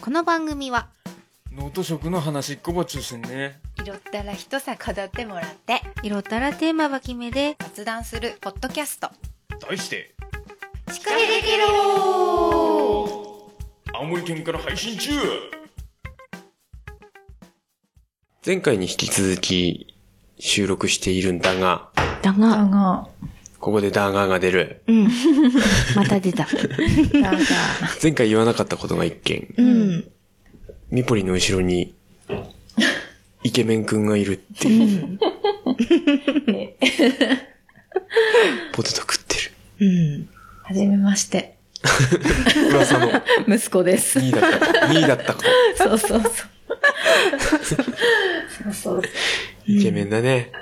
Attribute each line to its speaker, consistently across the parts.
Speaker 1: この番組は
Speaker 2: ノート食の話っこば中心ね
Speaker 3: 色ったら一さ飾ってもらって
Speaker 1: 色ったらテーマは決めで
Speaker 3: 雑談するポッドキャスト
Speaker 2: 題して
Speaker 1: 仕掛けできる
Speaker 2: 青森県から配信中
Speaker 4: 前回に引き続き収録しているんだが、
Speaker 1: だが、
Speaker 3: が
Speaker 4: ここでダーガーが出る。
Speaker 1: うん。また出た。
Speaker 3: だが
Speaker 4: 前回言わなかったことが一件。
Speaker 1: うん。
Speaker 4: ミポリの後ろに、イケメンくんがいるっていう。ポテト食って
Speaker 1: うん。
Speaker 3: はじめまして
Speaker 4: る。噂の
Speaker 3: 息子 です
Speaker 4: 2位だった。2位だった子。
Speaker 3: そうそうそうそうそう
Speaker 4: イケメンだね。いやいやいや。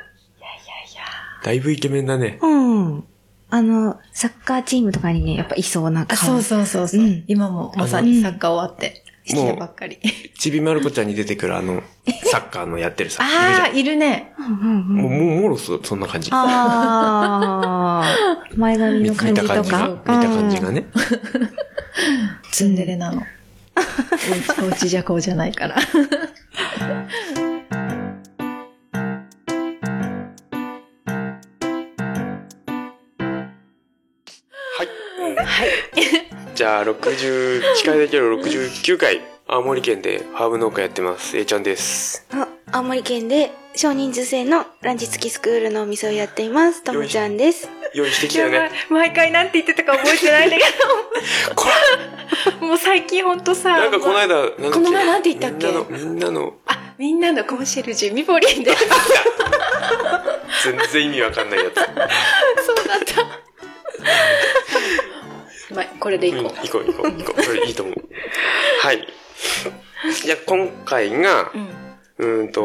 Speaker 4: だいぶイケメンだね。
Speaker 1: うん。あの、サッカーチームとかにね、やっぱいそうな
Speaker 3: あ
Speaker 1: 顔。
Speaker 3: そうそうそうそう、
Speaker 1: うん
Speaker 3: 今もまさにサッカー終わって
Speaker 4: うん
Speaker 3: してるばっかり
Speaker 4: ちびまる子ちゃんに出てくるあの、サッカーのやってるさ。いるじ
Speaker 3: あ
Speaker 4: ゃ
Speaker 3: あ
Speaker 4: ん
Speaker 3: いるね
Speaker 1: うんうんうん。
Speaker 4: もう、もう、もろそ、そんな感じ。
Speaker 1: ああ。前髪
Speaker 4: 見
Speaker 1: の
Speaker 4: 見
Speaker 1: 感じ
Speaker 4: た
Speaker 1: と
Speaker 4: 感
Speaker 1: か。
Speaker 4: じが、見た感じがね。
Speaker 3: ツンデレなのおうちじゃこうじゃないから
Speaker 4: じゃあ、60、近いだけど69回、青森県でハーブ農家やってます。えいちゃんです。
Speaker 5: あ青森県で少人数制のランチ付きスクールのお店をやっています。ともちゃんです。
Speaker 4: 用意してきたよね。
Speaker 3: 毎回なんて言ってたか覚えてないんだ
Speaker 4: こ
Speaker 3: けどもう最近ほんとさ
Speaker 4: れ、なんかこの間、なんだっけ
Speaker 3: この前なんて言ったっけ
Speaker 4: みんなの、みんなの、
Speaker 3: あみんなのコンシェルジュミポリンで
Speaker 4: 全然意味わかんないや つ。
Speaker 3: そうだったまあこれでいこう、
Speaker 4: うん行こう行こう行こう。それいいと思う。はい。じゃあ、今回が、
Speaker 3: うん
Speaker 4: うーんと、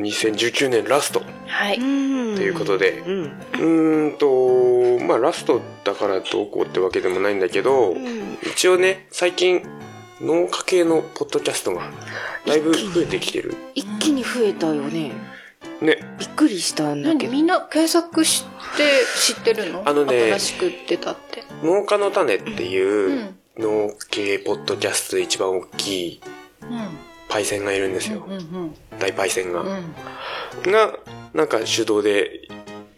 Speaker 4: 2019年ラスト
Speaker 3: はい、
Speaker 5: うん
Speaker 4: ということで、う
Speaker 5: うん。
Speaker 4: ーんと、まあ、ラストだからどうこうってわけでもないんだけど、
Speaker 5: うん。
Speaker 4: 一応ね最近農家系のポッドキャストがだいぶ増えてきてる
Speaker 5: 一気に増えたよね。
Speaker 4: ね
Speaker 5: びっくりしたん
Speaker 3: な
Speaker 5: だ
Speaker 3: ん
Speaker 5: け
Speaker 3: で
Speaker 5: ど。
Speaker 3: みんな検索して知ってるの
Speaker 4: あのね
Speaker 3: 新しく出たって
Speaker 4: 「農家の種」って
Speaker 3: うんう
Speaker 4: いうん農系ポッドキャストで一番大きいパイセンがいるんですよ
Speaker 3: うんうん
Speaker 4: 大パイセン
Speaker 3: うんう
Speaker 4: が
Speaker 3: ん
Speaker 4: がなんか手動で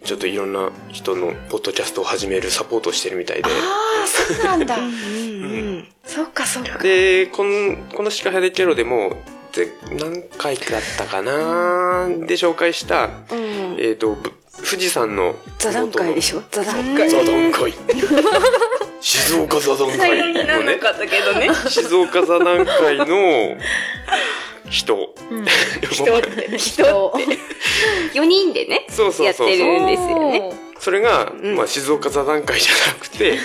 Speaker 4: ちょっといろんな人のポッドキャストを始めるサポートしてるみたい
Speaker 3: あ
Speaker 4: で
Speaker 3: あそうなんだ
Speaker 5: うんうん
Speaker 3: そうかそうか
Speaker 4: でこのこの「シカヘデケロ」でもぜ何回かだったかなで紹介した
Speaker 5: うん。うん。
Speaker 4: えっ、とぶ富士山の
Speaker 5: 座談会でしょ座談会。
Speaker 4: 座談会 静岡座談会のね
Speaker 3: かったけどね
Speaker 4: 静岡座談会の人
Speaker 3: 人って人って
Speaker 5: 4人でね。
Speaker 4: そうそうそう
Speaker 5: やって
Speaker 4: そう
Speaker 5: るんですよね
Speaker 4: それが、
Speaker 5: ん
Speaker 4: まあ、静岡座談会じゃなくて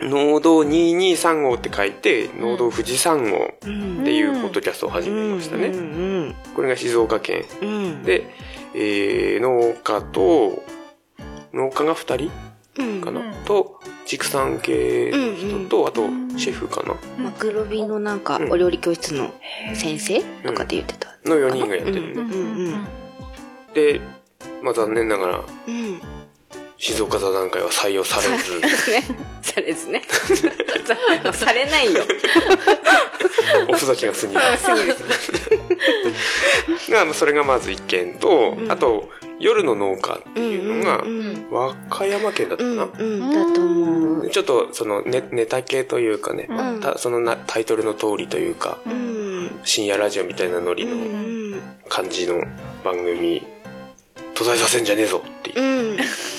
Speaker 4: 農道223号って書いて農道富士山号
Speaker 5: う
Speaker 4: っ
Speaker 5: ん。
Speaker 4: ていうポッドキャストを始めましたね、
Speaker 5: うん
Speaker 4: これが静岡県
Speaker 5: うんうん。
Speaker 4: で、えー農家と農家が2人
Speaker 5: うん
Speaker 4: かな、
Speaker 3: うん
Speaker 4: と畜産系の人と、あとシェフかな
Speaker 5: マクロビのなんか
Speaker 4: うん
Speaker 5: お料理教室の先生とかで言ってた。
Speaker 4: の4人がやってるね、
Speaker 3: うんうん
Speaker 4: で、まあ、残念ながら
Speaker 5: うん。ね。
Speaker 4: 静岡座談会は採用されず
Speaker 5: されずね。されないよ。
Speaker 4: おふざけが過ぎるがまあそれがまず一件と、
Speaker 5: うん
Speaker 4: あと夜の農家っていうのが
Speaker 5: うんうんうん
Speaker 4: 和歌山県だった
Speaker 5: う
Speaker 4: か
Speaker 5: ん
Speaker 4: な、
Speaker 5: うんだと思う。
Speaker 4: ちょっとそのネネタ系というかね、
Speaker 3: うん
Speaker 4: たそのなタイトルの通りというか
Speaker 5: うん。
Speaker 4: 深夜ラジオみたいなノリ
Speaker 5: う
Speaker 4: の
Speaker 5: ん。
Speaker 4: 感じの番組途絶えさせんじゃねえぞって
Speaker 5: うん。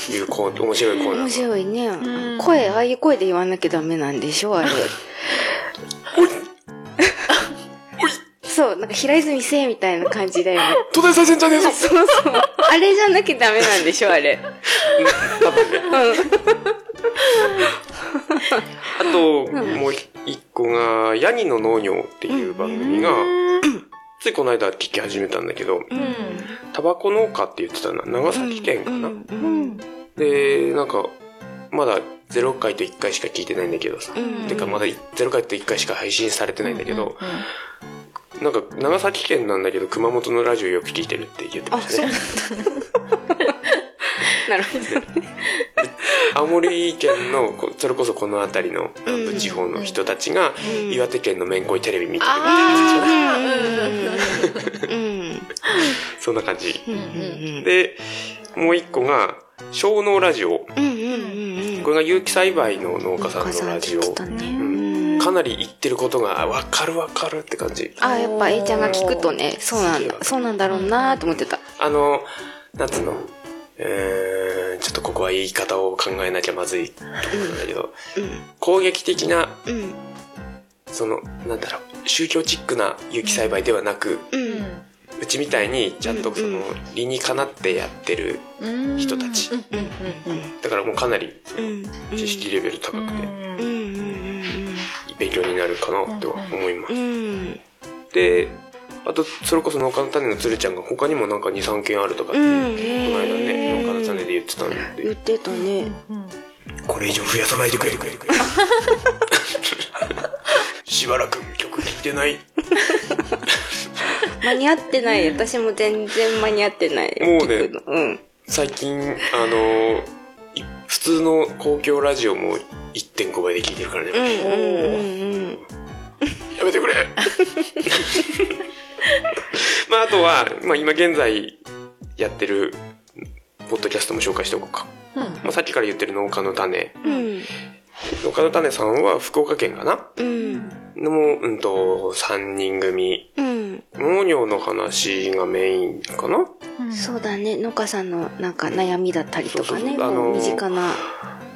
Speaker 4: いうこう面白いコーナ
Speaker 5: 面
Speaker 4: ー
Speaker 5: 白いね。
Speaker 3: ん
Speaker 5: 声、ああいう声で言わなきゃダメなんでしょ、あれ。そう、なんか平泉せみたいな感じだよね。
Speaker 4: 途絶えさせんじゃねえぞ
Speaker 5: そうそう。あれじゃなきゃダメなんでしょ、あれ。
Speaker 4: あと、もう一個が、ヤギの農業っていう番組が、ついこの間聞き始めたんだけど、タバコ農家って言ってたな、長崎県かな。
Speaker 3: うんうん
Speaker 4: で、なんか、まだ0回と1回しか聞いてないんだけどさ。
Speaker 5: うん
Speaker 4: てか、まだ0回と1回しか配信されてないんだけど、なんか、長崎県なんだけど、熊本のラジオよく聞いてるって言ってましたね。
Speaker 5: なるほど。
Speaker 4: 青森県のこそれこそこの辺りの南部地方の人たちが
Speaker 5: うん
Speaker 4: 岩手県のめんこいテレビ見てるみたいな
Speaker 5: あーうん
Speaker 4: そんな感じ
Speaker 5: うんうん
Speaker 4: でもう一個が小農ラジオ
Speaker 5: うんうんうんうん
Speaker 4: これが有機栽培の農家さんのラジ
Speaker 5: お母さ
Speaker 4: オ
Speaker 5: んって言ってたね
Speaker 3: うん
Speaker 4: かなり言ってることが分かる分かるって感じ
Speaker 5: あーやっぱ A ちゃんが聞くとねそうなんだそうなんだろうなーと思ってた
Speaker 4: あのなんつうのえーちょっとここは言い方を考えなきゃまずいところなんだけど攻撃的な
Speaker 5: うんうん
Speaker 4: そのなんだろう宗教チックな有機栽培ではなく
Speaker 5: う
Speaker 3: うんん
Speaker 4: うちみたいにちゃんとその理にかなってやってる
Speaker 3: うん
Speaker 4: 人たち
Speaker 3: うんうん
Speaker 4: だからもうかなり
Speaker 5: うんうん
Speaker 4: 知識レベル高
Speaker 3: うん
Speaker 4: くて
Speaker 5: うんうん
Speaker 4: 勉強になるかなとは思いま
Speaker 5: う
Speaker 4: す
Speaker 5: ん
Speaker 4: であとそれこそ農家の種のつるちゃんが他にもなんか23件あるとかってこ
Speaker 5: うん
Speaker 4: の間ね
Speaker 5: へー
Speaker 4: 農家の種で言ってたん
Speaker 5: 言っ
Speaker 4: で
Speaker 5: てたね
Speaker 3: うん
Speaker 4: これ以上増やさないでくれしばらく曲聴いてない
Speaker 5: 間に合ってない私も全然間に合ってない
Speaker 4: もうね
Speaker 5: 聞くのうん
Speaker 4: 最近あのい普通の公共ラジオも1.5倍で聞いてるからね、
Speaker 5: うんうんうんうん
Speaker 4: やめてくれまああとは、まあ、今現在やってるポッドキャストも紹介しておこうか、まあ、さっきから言ってる農家の種
Speaker 5: うん
Speaker 4: 農家の種さんは福岡県かな
Speaker 5: うん
Speaker 4: のもう、うんと、3人組
Speaker 5: うん
Speaker 4: 農業の話がメインかな
Speaker 3: うん
Speaker 5: そうだね農家さんのなんか悩みだったりとか
Speaker 4: そうそう
Speaker 5: ね
Speaker 4: そうあの
Speaker 5: こう身近な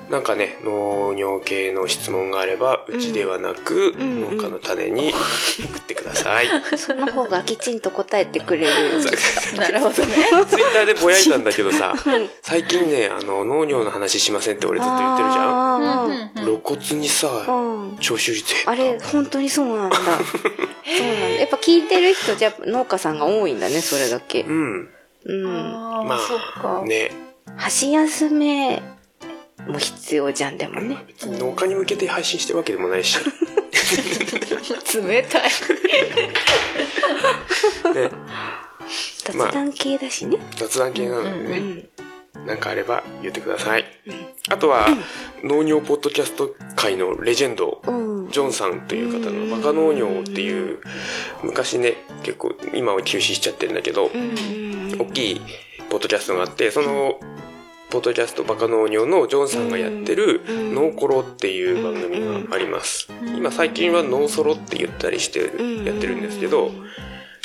Speaker 4: なんかね農業系の質問があればうちではなく、
Speaker 5: ん
Speaker 4: 農家の種に送ってください、
Speaker 5: その方がきちんと答えてくれ る
Speaker 3: なるほどね
Speaker 4: ツイッターでぼやいたんだけど さ、最近ね、あの、農業の話しませんって俺ずっと言ってるじゃん
Speaker 5: あー
Speaker 4: 露骨にさ、
Speaker 5: うん
Speaker 4: 聴取率
Speaker 5: あれ本当にそう なんだそうなんだやっぱ聞いてる人じゃ農家さんが多いんだねそれだけ
Speaker 4: うん。
Speaker 5: うん
Speaker 3: ああ
Speaker 4: まあ
Speaker 3: そっか
Speaker 4: ね。
Speaker 5: 箸休めも必要じゃんでもね
Speaker 4: 別に農家に向けて配信してるわけでもない し。
Speaker 3: 冷 たい
Speaker 4: ね。
Speaker 5: 雑談系だしね、
Speaker 4: 雑談系なの
Speaker 5: う
Speaker 4: でね。
Speaker 5: ん
Speaker 4: なんかあれば言ってください。あとは、農業ポッドキャスト界のレジェンド、
Speaker 5: うん
Speaker 4: ジョンさんという方のバカ農業っていう、昔ね、結構今は休止しちゃってるんだけど、
Speaker 5: うん
Speaker 4: 大きいポッドキャストがあってそのポッドキャストバカ農業のジョンさんがやってる「ノーコロ」っていう番組があります今最近は「ノーソロ」って言ったりしてやってるんですけど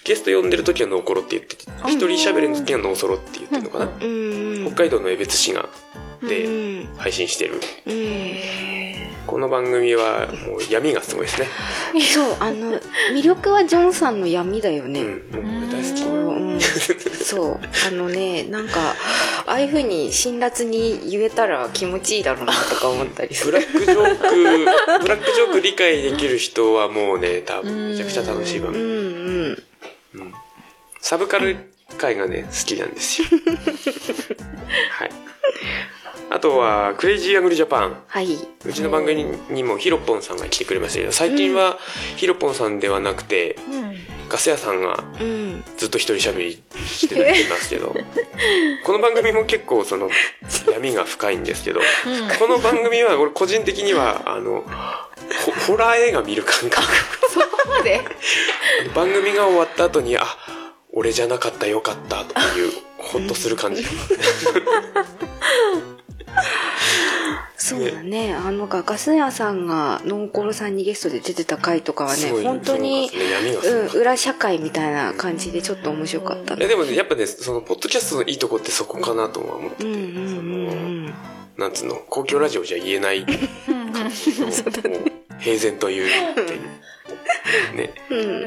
Speaker 4: ゲスト呼んでる時は「ノーコロ」って言ってて一人喋る時は「ノーソロ」って言ってるのかな
Speaker 5: うん
Speaker 4: 北海道の江別市が
Speaker 5: う
Speaker 4: で
Speaker 5: ん
Speaker 4: 配信してる
Speaker 5: うん
Speaker 4: この番組はもう闇がすごいですね
Speaker 5: そうあの魅力はジョンさんの闇だよ
Speaker 4: う
Speaker 5: ね、
Speaker 4: んもう俺大好き
Speaker 5: うんそうあのねなんかああいうふうに辛辣に言えたら気持ちいいだろうなとか思ったりす
Speaker 4: ブ
Speaker 5: る
Speaker 4: ラックジョークブラックジョーク理解できる人はもうね多分めちゃくちゃ楽しい番組
Speaker 5: うんうん
Speaker 4: サブカル界がね、好きなんですよ。はい。あとは、クレイジーアングリジャパン。
Speaker 5: はいう
Speaker 4: ちの番組にもヒロポンさんが来てくれましたけど、最近はヒロポンさんではなくて、ガス屋さんが
Speaker 5: うん
Speaker 4: ずっと一人喋りしてくれてますけど、この番組も結構その闇が深いんですけど、この番組は俺個人的には、あの、ホホラー映画見る感覚。
Speaker 3: そこまで
Speaker 4: 番組が終わった後に、あ、俺じゃなかったよかったという、ほっとする感じ。
Speaker 5: そうだねあのガス屋さんがノンコロさんにゲストで出てた回とかはね
Speaker 4: すごい
Speaker 5: 本当に
Speaker 4: そうですね闇がすごかった
Speaker 5: うん、裏社会みたいな感じでちょっと面白かった
Speaker 4: いやでもね、やっぱね、その、ポッドキャストのいいとこってそこかなとは思って
Speaker 5: うんう
Speaker 4: て、
Speaker 5: ん
Speaker 4: そ
Speaker 5: うん
Speaker 4: の、
Speaker 5: うん
Speaker 4: なんつうの、公共ラジオじゃ言えない感じの、もう平然と言うっていう。ね。
Speaker 5: うん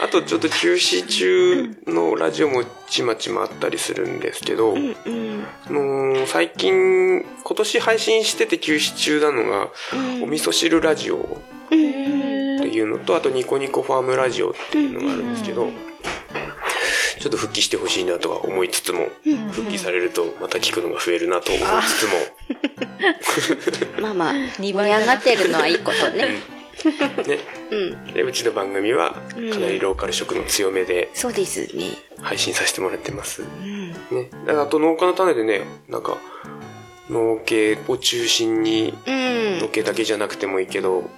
Speaker 4: あとちょっと休止中のラジオもちまちまあったりするんですけど、
Speaker 5: うん
Speaker 4: あのー最近、今年配信してて休止中なのが、お味噌汁ラジオっていうのとあとニコニコファームラジオっていうのがあるんですけど、ちょっと復帰してほしいなとは思いつつも、復帰されるとまた聞くのが増えるなと思いつつも、
Speaker 5: まあまあ盛
Speaker 3: 二
Speaker 5: り上
Speaker 3: 倍だな
Speaker 5: がってるのはいいこと ね
Speaker 4: ね
Speaker 5: うん
Speaker 4: でうちの番組はかなりローカル色の強めで
Speaker 5: そうですね
Speaker 4: 配信させてもらってます、
Speaker 5: うん
Speaker 4: ね、だからあと農家の種でねなんか農系を中心に
Speaker 5: うん
Speaker 4: ロケだけじゃなくてもいいけど、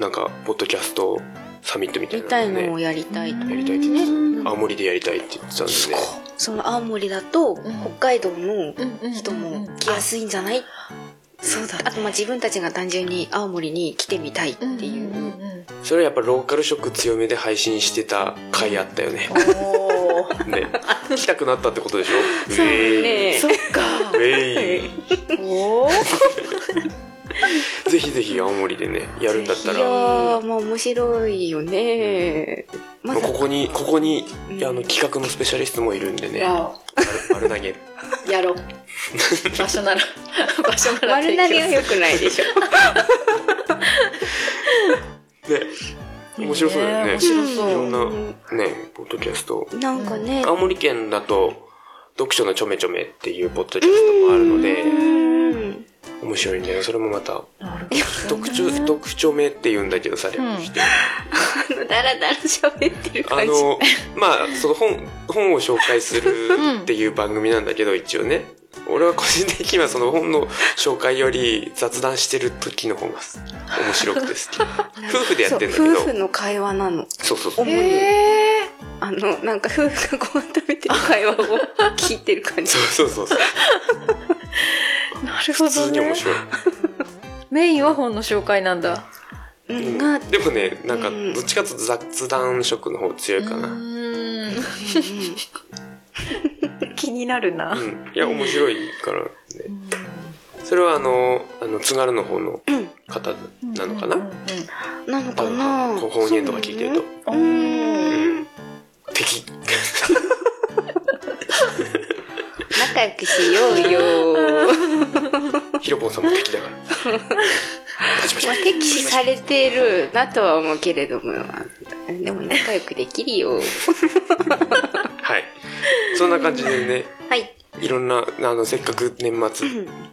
Speaker 4: なんか、ポッドキャストサミットみたい
Speaker 5: み
Speaker 4: な
Speaker 5: たい
Speaker 4: の
Speaker 5: のを
Speaker 4: ね、
Speaker 5: やりたいと
Speaker 4: やりたいって言ってた。青森でやりたいって言ってたんでね。
Speaker 5: その青森だと
Speaker 3: ん
Speaker 5: 北海道の人
Speaker 3: 人
Speaker 5: も
Speaker 3: も
Speaker 5: 来やすいんじゃない
Speaker 3: そうだ
Speaker 5: あとまあ自分たちが単純に青森に来てみたいって
Speaker 3: って
Speaker 5: い、
Speaker 3: いううんうん
Speaker 4: それはやっぱローカル色強めで配信してた回あったよね。
Speaker 3: おー
Speaker 4: ね。来たくなったってことでしょ
Speaker 5: そうね
Speaker 3: そっか
Speaker 4: ウェイウェ
Speaker 3: おー
Speaker 4: イぜひぜひ青森でね、やるんだった
Speaker 5: い
Speaker 4: ら、
Speaker 5: や
Speaker 4: も
Speaker 5: ーまあ面白いよね、ま
Speaker 4: う
Speaker 5: ず
Speaker 4: ここに、ここに、
Speaker 5: うん
Speaker 4: あの、企画のスペシャリストもいるんでね、
Speaker 3: わ
Speaker 4: 丸投げ。
Speaker 3: おやろう場所なら 場所なら
Speaker 5: 丸投げは良くないでしょ
Speaker 4: ね、面白そうだよね。
Speaker 3: 面白そう
Speaker 4: いろんな、ね、ポッドキャスト。
Speaker 5: なんかね、
Speaker 4: 青森県だと、読書のちょめちょめっていうポッドキャストもあるので、
Speaker 5: うん
Speaker 4: 面白いんだよ。それもまた、
Speaker 3: なる
Speaker 4: 読書、読書めって言うんだけどさ、略して。
Speaker 5: あのだらだら喋ってる
Speaker 4: あ
Speaker 5: 感じ
Speaker 4: の、 まあ、その本、本を紹介するっていう番組なんだけど、一応ね。俺は個人的にはその本の紹介より雑談してる時の方が面白くて 好き。夫婦でやってんだけ
Speaker 5: そう
Speaker 4: ど。
Speaker 5: 夫婦の会話なの
Speaker 4: そうそうそう。
Speaker 5: 主にあのなんか夫婦がご飯食べてる会話を聞いてる感じ
Speaker 4: そうそうそうそう。
Speaker 3: なるほ
Speaker 4: 普通に面白い。
Speaker 3: メインは本の紹介なんだ
Speaker 5: うんが、うん
Speaker 4: でもね、なんか、
Speaker 5: うん
Speaker 4: どっちかというと雑談色の方強いかな。うん。
Speaker 3: 気になるな、
Speaker 4: いや、面白いからね。それはあの、あの、津軽の方の方なのかな、
Speaker 5: なの
Speaker 4: 多
Speaker 5: か
Speaker 4: 分
Speaker 5: な
Speaker 4: こう方言とか聞いてると。
Speaker 5: そううん
Speaker 4: 敵。
Speaker 5: 仲良くしようよ
Speaker 4: ヒロポンさんも敵だ から。パチパチ
Speaker 5: ま
Speaker 4: パ
Speaker 5: あ
Speaker 4: チ
Speaker 5: 敵視されてるなとは思うけれどもでも仲良くできるよ
Speaker 4: はい。そんな感じでね、
Speaker 5: はい
Speaker 4: いろんな、あの、せっかく年末、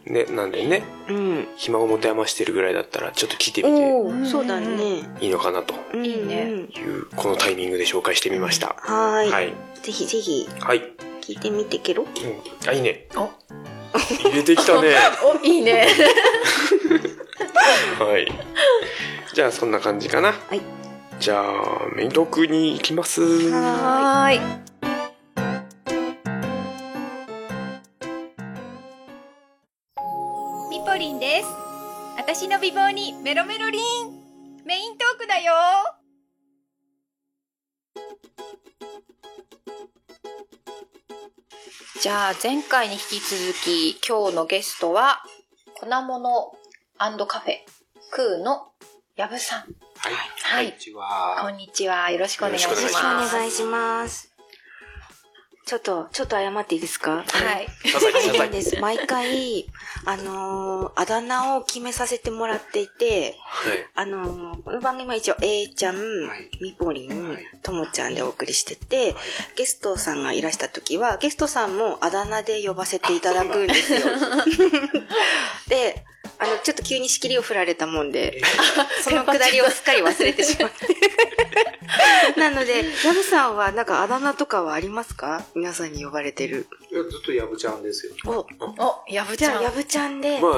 Speaker 4: ね、なんでね、
Speaker 5: うん
Speaker 4: 暇を持て余してるぐらいだったら、ちょっと聞いてみ
Speaker 5: お
Speaker 4: て
Speaker 5: お、
Speaker 3: うん
Speaker 5: そうだね、
Speaker 4: いいのかなと
Speaker 5: いい
Speaker 3: ね
Speaker 4: いう、このタイミングで紹介してみました。
Speaker 5: はーい
Speaker 4: はい。
Speaker 5: ぜひぜひ
Speaker 4: はい。
Speaker 5: 聞いてみてけろ
Speaker 4: うんあ、いいね。
Speaker 3: お
Speaker 4: 入れてきたね。
Speaker 3: おいいね
Speaker 4: はい。じゃあ、そんな感じかな。
Speaker 5: い
Speaker 4: じゃあ、メイントークに行きます。
Speaker 3: はーい
Speaker 6: ミポリンです。私の美貌にメロメロリン。メイントークだよ。
Speaker 7: じゃあ前回に引き続き今日のゲストは粉物カフェクーのやぶさん
Speaker 4: はい。
Speaker 7: はい
Speaker 4: こんにち
Speaker 7: こ
Speaker 4: は。
Speaker 7: んにちはよろしくお願いしま
Speaker 4: よろ
Speaker 7: す
Speaker 4: しく
Speaker 5: お願いします。ちょっと、ちょっと謝っていいですか
Speaker 7: はい
Speaker 4: 謝罪、
Speaker 5: そ
Speaker 4: 謝
Speaker 5: うな
Speaker 4: 罪。
Speaker 5: んです。 毎回、あのーあだ名を決めさせてもらっていて、
Speaker 4: はい。
Speaker 5: あのーこの番組は一応、A ちゃん、
Speaker 4: い
Speaker 5: みぽりん
Speaker 4: はい、
Speaker 5: ともちゃんでお送りしてて、ゲストさんがいらした時は、ゲストさんもあだ名で呼ばせていただくん ですよ。で、あの、ちょっと急に仕切りを振られたもんで、そのくだりをすっかり忘れてしま って。なので、ヤムさんはなんかあだ名とかはありますか皆さんに呼ばれてる。
Speaker 8: いやずっとやぶちゃんですよ。
Speaker 5: お、
Speaker 7: おやぶ
Speaker 5: じ
Speaker 7: ち
Speaker 5: ゃ
Speaker 7: ゃ
Speaker 5: あ、
Speaker 7: ん
Speaker 5: ヤブちゃんで。
Speaker 4: まあ、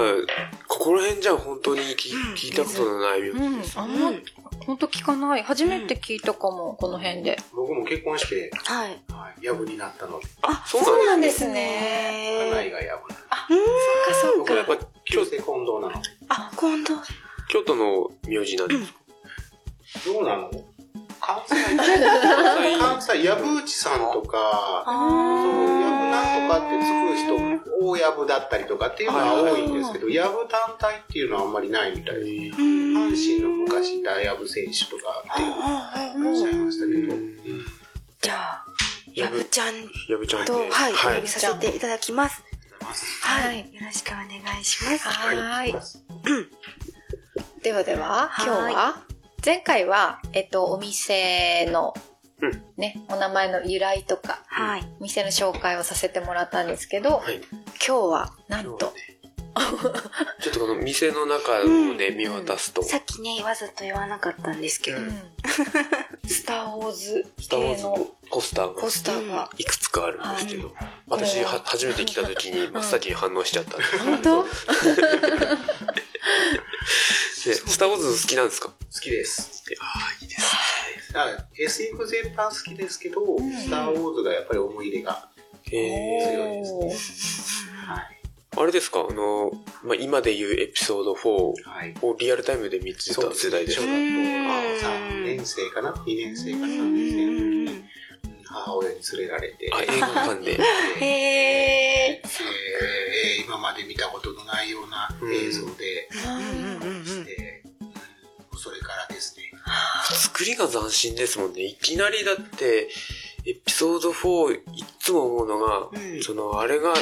Speaker 4: ここら辺じゃ本当に聞,、聞いたことのないよ、
Speaker 7: うんあんま本当聞かない初めて聞いたかもこの辺で
Speaker 8: 僕も結婚して、
Speaker 5: はい。
Speaker 8: はい、やぶになったので、
Speaker 4: あ、そうなんですね。
Speaker 8: 家内
Speaker 5: ね
Speaker 8: がやぶなの。
Speaker 4: 僕はやっぱ
Speaker 8: 旧姓混同なの。
Speaker 5: あ、今度。
Speaker 4: 京都の名字なんですか、
Speaker 8: どうなの関西関西、やぶうちさんとか、そう
Speaker 5: あ
Speaker 8: やぶなんとかってつく人、大やぶだったりとかっていうのは多いんですけど、やぶ単体っていうのはあんまりないみたいで、阪神の昔、大やぶ選手とかっていうのがいらっしゃいましたけど、
Speaker 5: じゃあ、ヤブちゃん
Speaker 4: やぶちゃん
Speaker 5: と、
Speaker 4: ね。
Speaker 5: はい、お
Speaker 4: は
Speaker 5: 呼びさせていただきます。
Speaker 7: は
Speaker 5: はいい。よろしくお願いします。
Speaker 7: はーいではでは
Speaker 5: はーい
Speaker 7: 今日は前回はえっとお店の
Speaker 4: うん
Speaker 7: ねお名前の由来とか
Speaker 5: はい。
Speaker 7: お店の紹介をさせてもらったんですけど
Speaker 4: はい
Speaker 7: 今日はなん
Speaker 4: 今
Speaker 7: と
Speaker 4: ちょっとこの店の中をね、見渡すと。
Speaker 5: さっきね、わざと言わなかったんですけど、
Speaker 4: うん
Speaker 7: スター・ウォーズ
Speaker 4: スター・ウォー
Speaker 7: 系
Speaker 4: ズ
Speaker 7: の
Speaker 4: のポスター
Speaker 7: ポ
Speaker 4: が
Speaker 7: スターが。
Speaker 4: いくつかあるんですけど、
Speaker 7: こ
Speaker 4: 私
Speaker 7: れは
Speaker 4: は初めて来た時に真っ先に反応しちゃったんで。
Speaker 7: 本当
Speaker 4: でスター・ウォーズ好きなんですか
Speaker 8: 好きです。
Speaker 4: ああ、いいです。
Speaker 8: だから SF 全般好きですけど、スター・ウォーズがやっぱり思い入れが
Speaker 4: え
Speaker 8: 強いですね。
Speaker 4: ー、あれですかあの、まあ、今で言うエピソード4
Speaker 8: はい。
Speaker 4: をリアルタイムで見てた世代でしょ
Speaker 8: 小学校3年生かな ?2 年生か3年生の時に母親に連れられて、
Speaker 4: あ、映画館で。
Speaker 5: へー。
Speaker 8: えー今まで見たことのないような映像で、でうんそれからですね、
Speaker 4: 作りが斬新ですもんね。いきなりだって、エピソード4、いつも思うのが、その、あれが、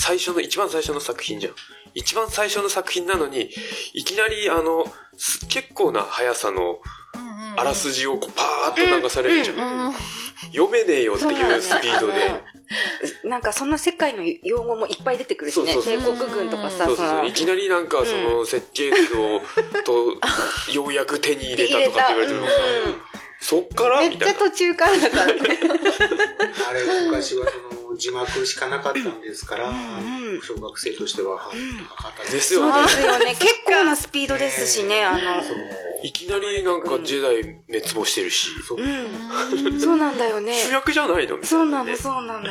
Speaker 4: 最初の、一番最初の作品じゃん。一番最初の作品なのに、いきなり、あの、す結構な速さの、あらすじをこうパーッと流されるじゃん。読めねえよっていうスピードで。
Speaker 5: なんかそんな世界の用語もいっぱい出てくるしね。
Speaker 4: そうそう
Speaker 5: 帝国軍とかさ、
Speaker 4: そう
Speaker 5: そ
Speaker 4: そうそう
Speaker 5: の
Speaker 4: いきなりなんかその設計図を、とようやく手に入れたとかって言われてるのさ、そっから
Speaker 5: め
Speaker 4: み
Speaker 5: っち
Speaker 4: た
Speaker 5: ゃ
Speaker 4: いな
Speaker 5: 途中からだからね。
Speaker 8: あれ昔はその字幕しかなかったんですから、小学生としては、はい、高かった
Speaker 4: です
Speaker 5: そ
Speaker 4: よ
Speaker 5: う
Speaker 4: ね
Speaker 5: ですよね。結構なスピードですしね、あの。
Speaker 4: いきなりなんかジェダイ滅亡してるし、
Speaker 5: うん。そうなんだよね。
Speaker 4: 主役じゃないのみたい
Speaker 5: そ
Speaker 4: な、
Speaker 5: う
Speaker 4: ね、
Speaker 5: なの、そうなの。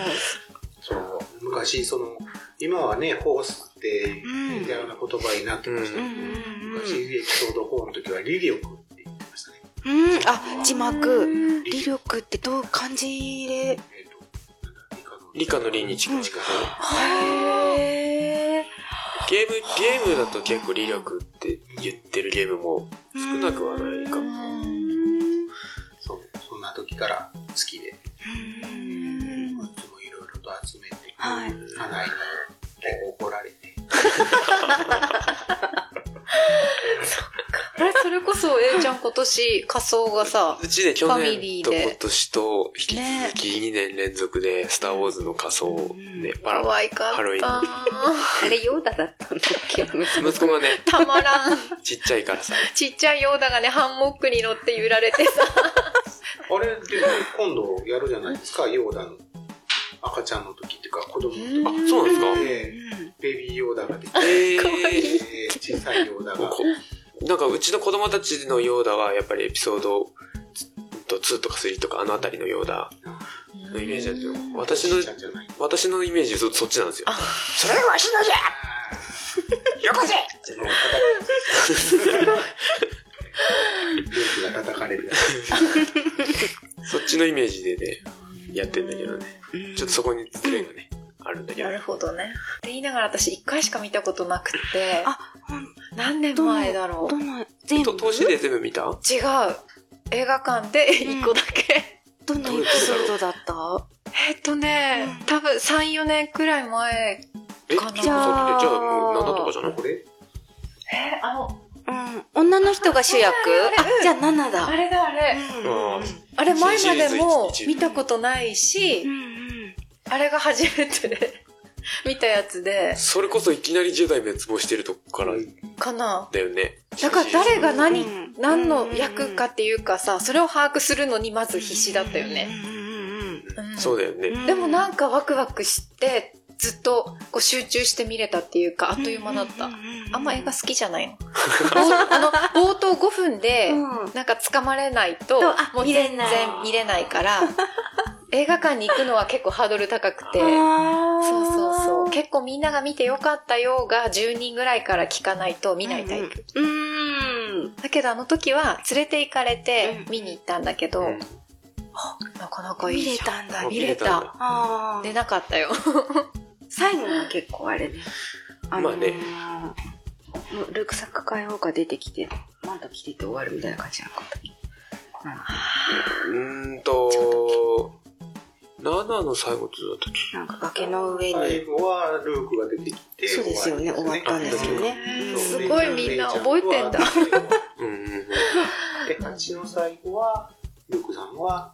Speaker 8: そう昔その今はね「フォース」って似たような言葉になってましたけど、昔エピソード4の時は「リリオク」って言ってましたね、
Speaker 5: うん、あ、字幕。理力ってどう漢字で。
Speaker 8: えーと
Speaker 4: 理科の理に近い、
Speaker 8: 近
Speaker 5: へー。
Speaker 4: ゲームゲームだと結構理力って言ってるゲームも少なくはないかも、
Speaker 8: そうそんな時から好きで、うん、いつもいろいろと集めて、
Speaker 5: はい
Speaker 8: 花井に怒られて
Speaker 7: あれ、それこそ、えいちゃん今年仮装がさ、
Speaker 4: うちで去
Speaker 7: ファミ
Speaker 4: 年
Speaker 7: リー
Speaker 4: と
Speaker 7: で
Speaker 4: 今年と引き続き2年連続で「スター・ウォーズ」の仮装をねパラ
Speaker 7: 可愛か
Speaker 4: ハロウ
Speaker 7: っ
Speaker 4: ィン
Speaker 7: た。
Speaker 5: あれ、ヨーダだったんだっけ
Speaker 4: 息子がね
Speaker 7: たまらん。
Speaker 4: ちっちゃいからさ
Speaker 7: ちっちゃいヨーダがね、ハンモックに乗って揺られてさ。
Speaker 8: あれでも今度やるじゃないですかヨーダの赤ちゃんの時っていうか子供の
Speaker 4: あそうなんですか
Speaker 8: 時でベビーヨーダが出てきて、
Speaker 4: えー
Speaker 8: えー小さいヨーダが
Speaker 4: こなんかうちの子供たちのヨーダはやっぱりエピソード2とか3とかあの辺りのヨーダのイメージなんですよ私の
Speaker 8: ちっちゃいじゃない
Speaker 4: 私のイメージそそっちなんですよそれはわしのじゃよこせ
Speaker 8: が叩かれる。
Speaker 4: そっちのイメージでねやってんだけどねちょっとそこにズレがねあるんだけど
Speaker 7: なるほどね。って言いながら私一回しか見たことなくて。
Speaker 5: あ
Speaker 7: 何年前だろう。
Speaker 5: どの、全
Speaker 4: と
Speaker 5: 部、
Speaker 4: 投資で全部見た
Speaker 7: 違う。映画館で一個だけ。
Speaker 5: どのエピソードだった
Speaker 7: えっとね、多分3、4年くらい前。
Speaker 4: え
Speaker 7: かな
Speaker 4: じゃあじゃあもう7とかじゃない
Speaker 8: これ
Speaker 7: え、あの、
Speaker 5: うん。女の人が主役あ、じゃあ7
Speaker 7: あ
Speaker 5: だ。
Speaker 7: れだあれ。
Speaker 4: うん
Speaker 7: あれ前までも
Speaker 4: シリーズ一
Speaker 7: 見たことないし
Speaker 5: う、ん
Speaker 7: あれが初めて 見たやつで、
Speaker 4: それこそいきなり10代滅亡してるとこから
Speaker 7: かな。
Speaker 4: だよね
Speaker 7: だから誰が何、
Speaker 5: うん
Speaker 7: 何の役かっていうかさ、それを把握するのにまず必死だったよね。うん
Speaker 4: そうだよね、
Speaker 7: でもなんかワクワクして、ずっとこう集中して見れたっていうか、あっという間だった。あんま映画好きじゃ ないの。あの、冒頭5分で、なんか掴まれないと、
Speaker 5: そうあ
Speaker 7: もう
Speaker 5: 見れ
Speaker 7: 全
Speaker 5: ない
Speaker 7: 然見れない から、映画館に行くのは結構ハードル高くて、そうそうそう。結構みんなが見てよかったよが10人ぐらいから聞かないと見ないタイプ。
Speaker 5: う。うん。
Speaker 7: だけどあの時は連れて行かれて見に行ったんだけど、
Speaker 4: うん
Speaker 7: なかなかいい
Speaker 5: 見
Speaker 7: じゃん
Speaker 5: れたんだ。
Speaker 4: あ
Speaker 7: 見れた
Speaker 4: んだ
Speaker 5: あ
Speaker 7: 出なかったよ。
Speaker 5: 最後は結構あれね。あ
Speaker 4: まあね
Speaker 5: ールークサック海王が出てきて、マント着てて終わるみたいな感じなのかな。
Speaker 4: うーんと、7の最後ってどうだったっけ
Speaker 5: なんか崖の上に。
Speaker 8: 最後はルークが出てきて、
Speaker 5: そうですよね、終わったんですよね。
Speaker 8: そう
Speaker 7: すごいみんな覚えてんだ。
Speaker 4: うんうんうん。
Speaker 8: で、8の最後は、ルークさんは、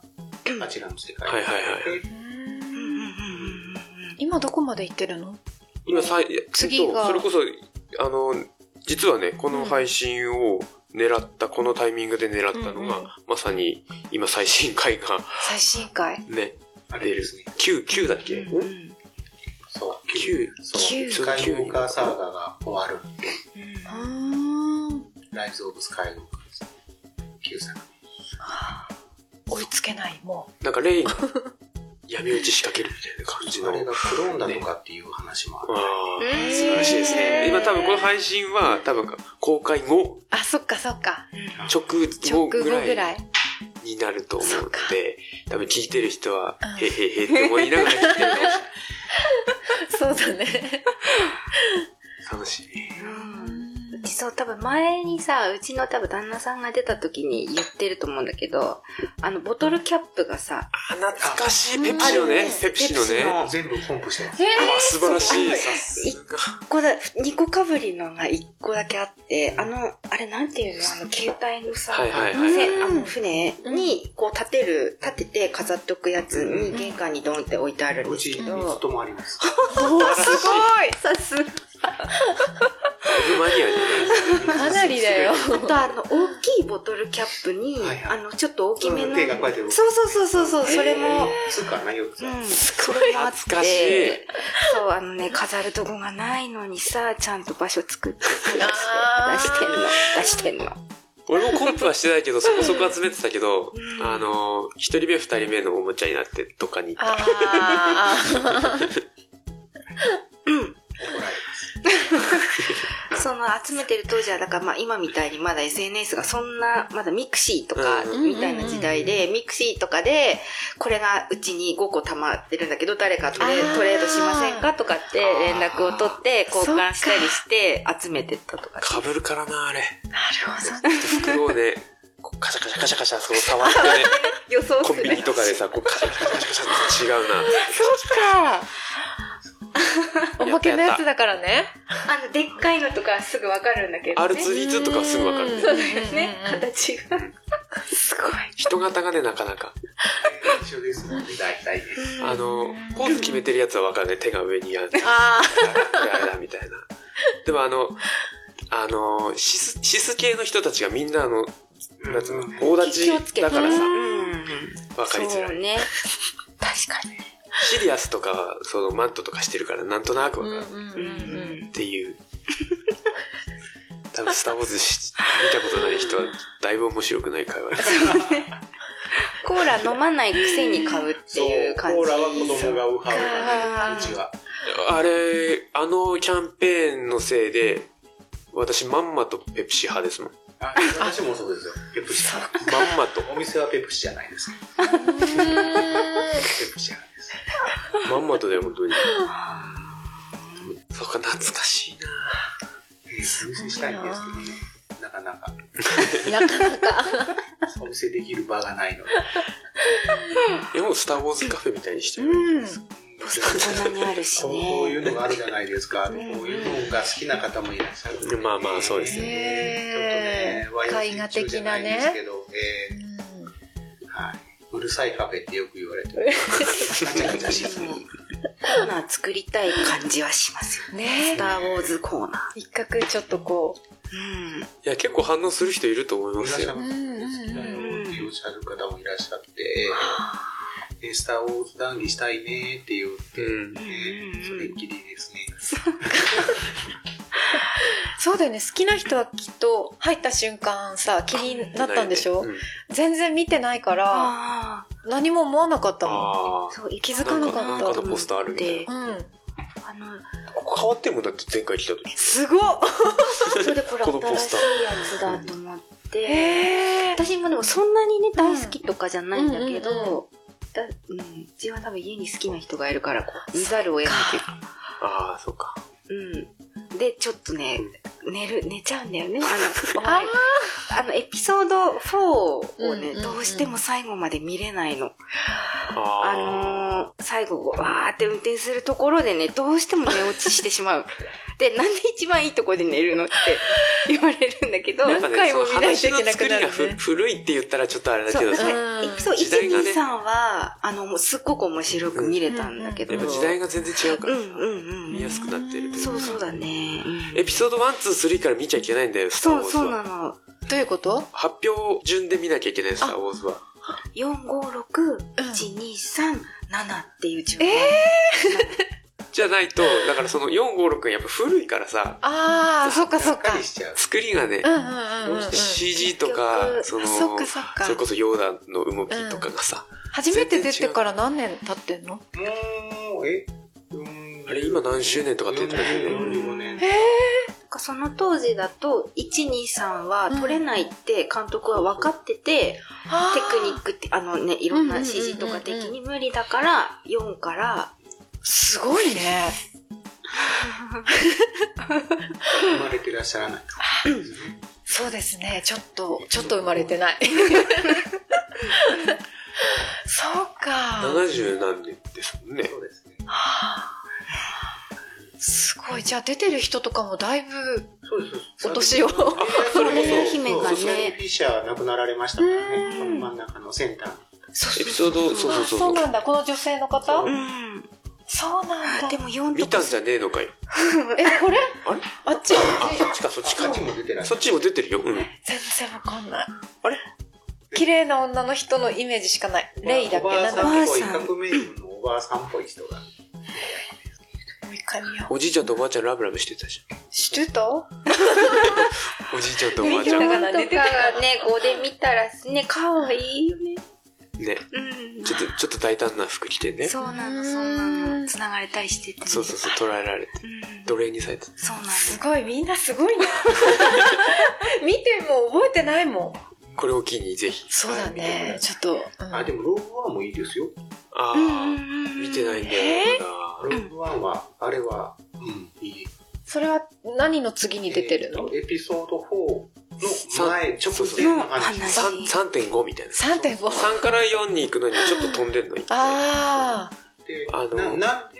Speaker 8: あちらの世界に行って
Speaker 4: はいはいは
Speaker 7: 今どこまで行ってるの
Speaker 4: 今さい、
Speaker 7: 次が
Speaker 4: えっとそれこそ、あの、実はね、この配信を狙った、このタイミングで狙ったのが、
Speaker 7: うんうん
Speaker 4: まさに今最新回が
Speaker 7: 最新回。
Speaker 4: ね、
Speaker 8: あれ
Speaker 4: 出
Speaker 8: で
Speaker 4: る
Speaker 8: すね。。
Speaker 4: 9、9だっけ、
Speaker 8: そう、
Speaker 4: ?9。
Speaker 8: そう、
Speaker 4: 九
Speaker 8: スカイウォーカーサーガが終わる。ライズ・オブ・スカイウォーカーですね。旧作。
Speaker 7: 追いつけない、もう。
Speaker 4: なんかレイに 闇討ち仕掛けるみたいな感じ
Speaker 8: あ
Speaker 4: の。
Speaker 8: れがクローンだとかっていう話もある。
Speaker 4: あー素晴らしいですね。今多分この配信は多分公開後、
Speaker 7: あ、そっかそっか。
Speaker 4: 直
Speaker 7: 直
Speaker 4: 後
Speaker 7: 後ぐ
Speaker 4: ぐらい
Speaker 7: らい。
Speaker 4: になると思う
Speaker 7: そ
Speaker 4: の
Speaker 7: うか
Speaker 4: で、多分聞いてる人は
Speaker 7: うん、
Speaker 4: へへへって思いな がら聞いてるかもしれない。
Speaker 7: そうだね。
Speaker 4: 楽しい。
Speaker 5: 実は多分前にさ、うちの多分旦那さんが出た時に言ってると思うんだけど、あの、ボトルキャップがさ、
Speaker 4: あ、懐かしい。ペプシのね、ペプシのね。あ
Speaker 8: 全部ポンプしてます。
Speaker 4: 素 晴らしい。さすが。
Speaker 5: 1個だ、2個かぶりのが1個だけあって、あの、あれなんていうのあの、携帯のさ、
Speaker 4: はいはいはい
Speaker 5: 船あの船にこう立てる、立てて飾っとくやつに玄関にドンって置いてあるん
Speaker 8: う
Speaker 5: です
Speaker 8: ち、
Speaker 5: け
Speaker 8: 三
Speaker 5: ど
Speaker 8: つ、ともあります。
Speaker 4: 素晴らしい。
Speaker 5: さすが
Speaker 4: だいぶマニアじゃないですか。
Speaker 7: かなりだよ。
Speaker 5: あとあの、大きいボトルキャップに、
Speaker 8: はいは
Speaker 5: あ
Speaker 8: い
Speaker 5: の、ちょっと大きめの、
Speaker 8: 手がこうやって動く
Speaker 5: そうそうそうそうそう、それも、
Speaker 8: つかな、4つ。
Speaker 5: うん、すごい
Speaker 4: 懐かしい。
Speaker 5: そう、あのね、飾るとこがないのにさ、ちゃんと場所作って、
Speaker 7: あ
Speaker 5: 出してんの、出してんの。
Speaker 4: 俺もコンプはしてないけど、そこそこ集めてたけど
Speaker 5: う、ん
Speaker 4: あの、一人目二人目のおもちゃになって、どっかに行った。
Speaker 7: あ
Speaker 5: その集めてる当時は、だからまあ今みたいにまだ SNS がそんな、まだミクシーとか
Speaker 4: う
Speaker 5: みたいな時代で、ミクシーとかで、これがうちに5個溜まってるんだけど、誰かトレ
Speaker 7: あー
Speaker 5: トレードしませんかとかって連絡を取って、
Speaker 7: あー
Speaker 5: 交換したりして集めてったとか。
Speaker 4: かぶるからな、あれ。
Speaker 7: あ。なる
Speaker 4: 袋
Speaker 7: ほど。
Speaker 4: をね、こうカシャカシャカシャカシャ、そう触ってね、
Speaker 5: 予想
Speaker 4: コ
Speaker 5: す
Speaker 4: ンビ
Speaker 5: る
Speaker 4: ニ。とかでさ、こうカシャカシャカシャカシャって違うな。
Speaker 7: おまけのやつだからね。
Speaker 5: あの、でっかいのとかすぐわかるんだけどね。
Speaker 4: R2D2 とかすぐわかるね。
Speaker 5: そうだよね。形が。すごい。
Speaker 4: 人型がね、なかなか。
Speaker 8: 一緒ですもんね、大体ね。
Speaker 4: あの、ポーズ決めてるやつはわかるね。手が上 にあって、
Speaker 7: あ
Speaker 4: あれだあれだみたいな。でもあの、あの、シス、シス系の人たちがみんなあの、なんつうの、棒立
Speaker 5: 気をつ
Speaker 4: ち
Speaker 5: けて。
Speaker 4: だからさ
Speaker 5: う、ん。
Speaker 4: わかりづら
Speaker 5: そう
Speaker 4: い。
Speaker 5: ね。確かに。
Speaker 4: シリアスとかは、そのマントとかしてるから、なんとなくわかる。
Speaker 7: あ。
Speaker 4: っていう。多分、スター・ウォーズし見たことない人は、だいぶ面白くない会話です。
Speaker 5: コーラ飲まないくせに買うっていう感じ。
Speaker 8: コーラは子供がウハウハで、うちは。
Speaker 4: あれ、あのキャンペーンのせいで、私、まんまとペプシ派ですもん。
Speaker 8: あ、私もそうですよ。ペプシ。
Speaker 4: まんまと。
Speaker 8: お店はペプシじゃないです。ペプシじゃないです。
Speaker 4: まんまとだよ、本当に。そうか、懐かしいな。
Speaker 8: えーお見せしたいんですけどね、なかなか。
Speaker 7: なかなか。
Speaker 8: お見せできる場がないので。
Speaker 4: いや、もう、スター・ウォーズカフェみたいにしてる。
Speaker 7: うん。
Speaker 5: ポストコーナにあるし
Speaker 8: こうこうい
Speaker 5: ね。
Speaker 8: うのがあるじゃないですか。こういうのが好きな方もいらっしゃる。
Speaker 4: でまあまあそうです
Speaker 8: ね。
Speaker 7: へー
Speaker 8: ちょっとね、和洋
Speaker 7: 絵画
Speaker 8: 折衷じ
Speaker 7: 的
Speaker 8: ゃな
Speaker 7: ない
Speaker 8: ん
Speaker 7: ね
Speaker 8: ですけど、えーはい。うるさいカフェってよく言われてる。ガチャガチャしすぎる。
Speaker 5: コーナー作りたい感じはしますよ。
Speaker 7: ね
Speaker 5: スターウォーズコーナ
Speaker 7: 一角ちょっとこ
Speaker 5: ー。
Speaker 4: いや、結構反応する人いると思い
Speaker 8: いら
Speaker 4: ま
Speaker 8: っし
Speaker 4: す
Speaker 8: ゃ
Speaker 4: よ。
Speaker 8: る方
Speaker 7: う。う
Speaker 8: も
Speaker 7: ん
Speaker 8: 好きだよっていうおっしゃる方もいらっしゃって、えースター・ウォーズ談義したいねって言って、
Speaker 4: うん
Speaker 8: えーそれっきりですね。
Speaker 7: そうだよね。好きな人はきっと入った瞬間さ、気になったんでしょ
Speaker 4: う
Speaker 7: 全然見てないから、
Speaker 5: ああ。
Speaker 7: 何も思わなかったもん。
Speaker 4: ああ。
Speaker 5: そう、気
Speaker 7: づかなかった
Speaker 4: なん他のポスターあるみたいな。
Speaker 7: うん。
Speaker 5: あの、
Speaker 4: ここ変わってんもんだって前回来た時。
Speaker 7: すごっ
Speaker 5: それでこれ
Speaker 4: このポ
Speaker 5: 新
Speaker 4: ス
Speaker 5: し
Speaker 4: ター
Speaker 5: いやつだと思 って。
Speaker 7: へー
Speaker 5: 私もでもそんなにね、大好きとかじゃないんだけ
Speaker 7: うんうんうん
Speaker 5: ど、だうん、うちは多分家に好きな人がいるから、こう、見ざるを得ないというか
Speaker 4: ああ、そうか。
Speaker 5: うん。で、ちょっとね、寝る、寝ちゃうんだよね。あの、 お前あの、エピソード4をね、
Speaker 7: うんうんうん
Speaker 5: どうしても最後まで見れないの。あ
Speaker 4: あ
Speaker 5: のー最後、わーって運転するところでね、どうしても寝落ちしてしまう。 で、なんで一番いいとこで寝るのって 言われるんだけど、
Speaker 4: あ。
Speaker 5: そ
Speaker 4: な
Speaker 5: うん
Speaker 4: か
Speaker 7: 何
Speaker 4: ね、
Speaker 7: 回
Speaker 4: そ
Speaker 7: も
Speaker 4: の
Speaker 7: 見ない
Speaker 4: 話
Speaker 7: とい
Speaker 4: の
Speaker 7: けな
Speaker 4: 作
Speaker 7: く
Speaker 4: り
Speaker 7: なる
Speaker 4: が
Speaker 7: ね
Speaker 4: ふ古いって言ったらちょっとあれだけどさ。やっ
Speaker 5: エピソ
Speaker 4: 時代
Speaker 5: ード
Speaker 4: がね
Speaker 5: 123は、あの、もうすっごく面白く見れたんだけど。
Speaker 4: ぱ時代が全然違うか
Speaker 5: う
Speaker 4: ら。
Speaker 5: んうん
Speaker 4: 見
Speaker 5: う
Speaker 4: や
Speaker 5: ん。
Speaker 4: すくなってるというか
Speaker 5: そうそうだね。うん
Speaker 4: エピソード1、2、3から見ちゃいけないんだよ、スターウォー
Speaker 5: そう、
Speaker 4: ズ
Speaker 5: そうな
Speaker 4: は。
Speaker 5: の。
Speaker 7: どういうこと
Speaker 4: 発表順で見なきゃいけないんですか、ウォーズは。
Speaker 5: 456123っていう順番。
Speaker 4: じゃないと、だからその456やっぱ古いからさ、
Speaker 7: ああ、そっかそっか
Speaker 8: か。りしちゃう。
Speaker 4: 作りがね
Speaker 7: う、んうんうんうんうん。
Speaker 4: CG とか、その、
Speaker 7: そっかそっか
Speaker 4: れこそヨーダの動きとかがさ、
Speaker 7: 初めて出てから何年経ってんの
Speaker 8: もう、えうん
Speaker 4: あれ今何周年とかって言ってたけどね。
Speaker 8: 45年。
Speaker 5: なんかその当時だと、123は取れないって監督は分かってて、テクニックって、あのね、いろんな指示とか的に無理だから、4から、
Speaker 7: すごいね。
Speaker 8: 生まれてらっしゃらない。
Speaker 7: そうですね。ちょっと、ちょっと生まれてない。 そうか。
Speaker 4: 70何年ですもんね。
Speaker 8: そうですね。
Speaker 7: すごい。じゃあ出てる人とかもだいぶ
Speaker 8: そうです、そうです。
Speaker 7: お年を。
Speaker 4: それこ
Speaker 5: ね姫がね
Speaker 8: そうそうフィッシャー亡くなられましたからね。この真ん中のセンターの。
Speaker 4: そエピソード、そうそうそう
Speaker 7: そ
Speaker 4: そうう。
Speaker 7: なんだ。この女性の方
Speaker 5: うん。
Speaker 7: そうなんだ。
Speaker 5: でも4
Speaker 4: 見
Speaker 5: と
Speaker 4: た
Speaker 5: か
Speaker 4: んじゃねえのかよ。
Speaker 7: え、これ
Speaker 4: あれ
Speaker 7: あっち
Speaker 4: あ、そっちか、そっち
Speaker 8: 地下
Speaker 4: か
Speaker 8: に。も出てらっしゃ
Speaker 4: そっちも出てるよ。うん。
Speaker 7: 全然わかんない。
Speaker 4: あれ
Speaker 7: 綺麗な女の人のイメージしかない。
Speaker 8: る。
Speaker 7: レイだっけ
Speaker 8: おばあ
Speaker 7: なんだ
Speaker 8: さ
Speaker 7: っ
Speaker 8: んっぽい、
Speaker 5: おばあさん
Speaker 8: 威嚇メイクのおばあさんっぽい人が。
Speaker 7: けもう一回見よ
Speaker 4: おじいちゃんとおばあちゃんラブラブしてたじゃ
Speaker 7: う。してた
Speaker 4: ん。おじいちゃんとおばあちゃん。
Speaker 7: 見
Speaker 4: ね
Speaker 7: て。
Speaker 5: とかね、こうで見たらね、可愛いよね。うん。
Speaker 4: ちょっと、ちょっと大胆な服着てね。そ
Speaker 5: そうなの、そうなの。繋がれたりしてて、ね。
Speaker 4: うそうそう、捉えられて。
Speaker 5: うん。
Speaker 4: 奴隷にされて。
Speaker 5: そうなんです
Speaker 7: す。ごい、みんなすごいな。見ても覚えてないもん。
Speaker 4: これを機にぜひ。
Speaker 7: そうだね。ちょっと。うん
Speaker 8: あ、でもローグワンもいいですよ。
Speaker 4: ああ、見てないんだよな。
Speaker 8: ローグワンは、あれは、うん、いい。
Speaker 7: それは何の次に出てるの
Speaker 8: えーとエピソード4の前、直前の話。
Speaker 5: そうそう
Speaker 4: 三三3.5みたいな。
Speaker 7: ?3.5。
Speaker 4: 3から4に行くのにちょっと飛んでんの。
Speaker 7: ああ。
Speaker 8: で
Speaker 4: あの
Speaker 8: ななんで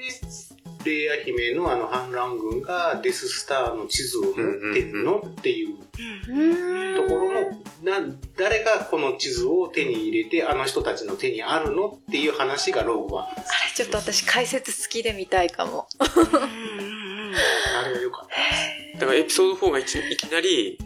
Speaker 8: レイヤ姫のあの反乱軍がデススターの地図を持ってんの、っていうところのな誰がこの地図を手に入れてあの人たちの手にあるのっていう話がローグワン
Speaker 7: あれ、ちょっと私解説好きで見たいかも。
Speaker 8: あれはよかった
Speaker 4: だからエピソード4がいきいきなり、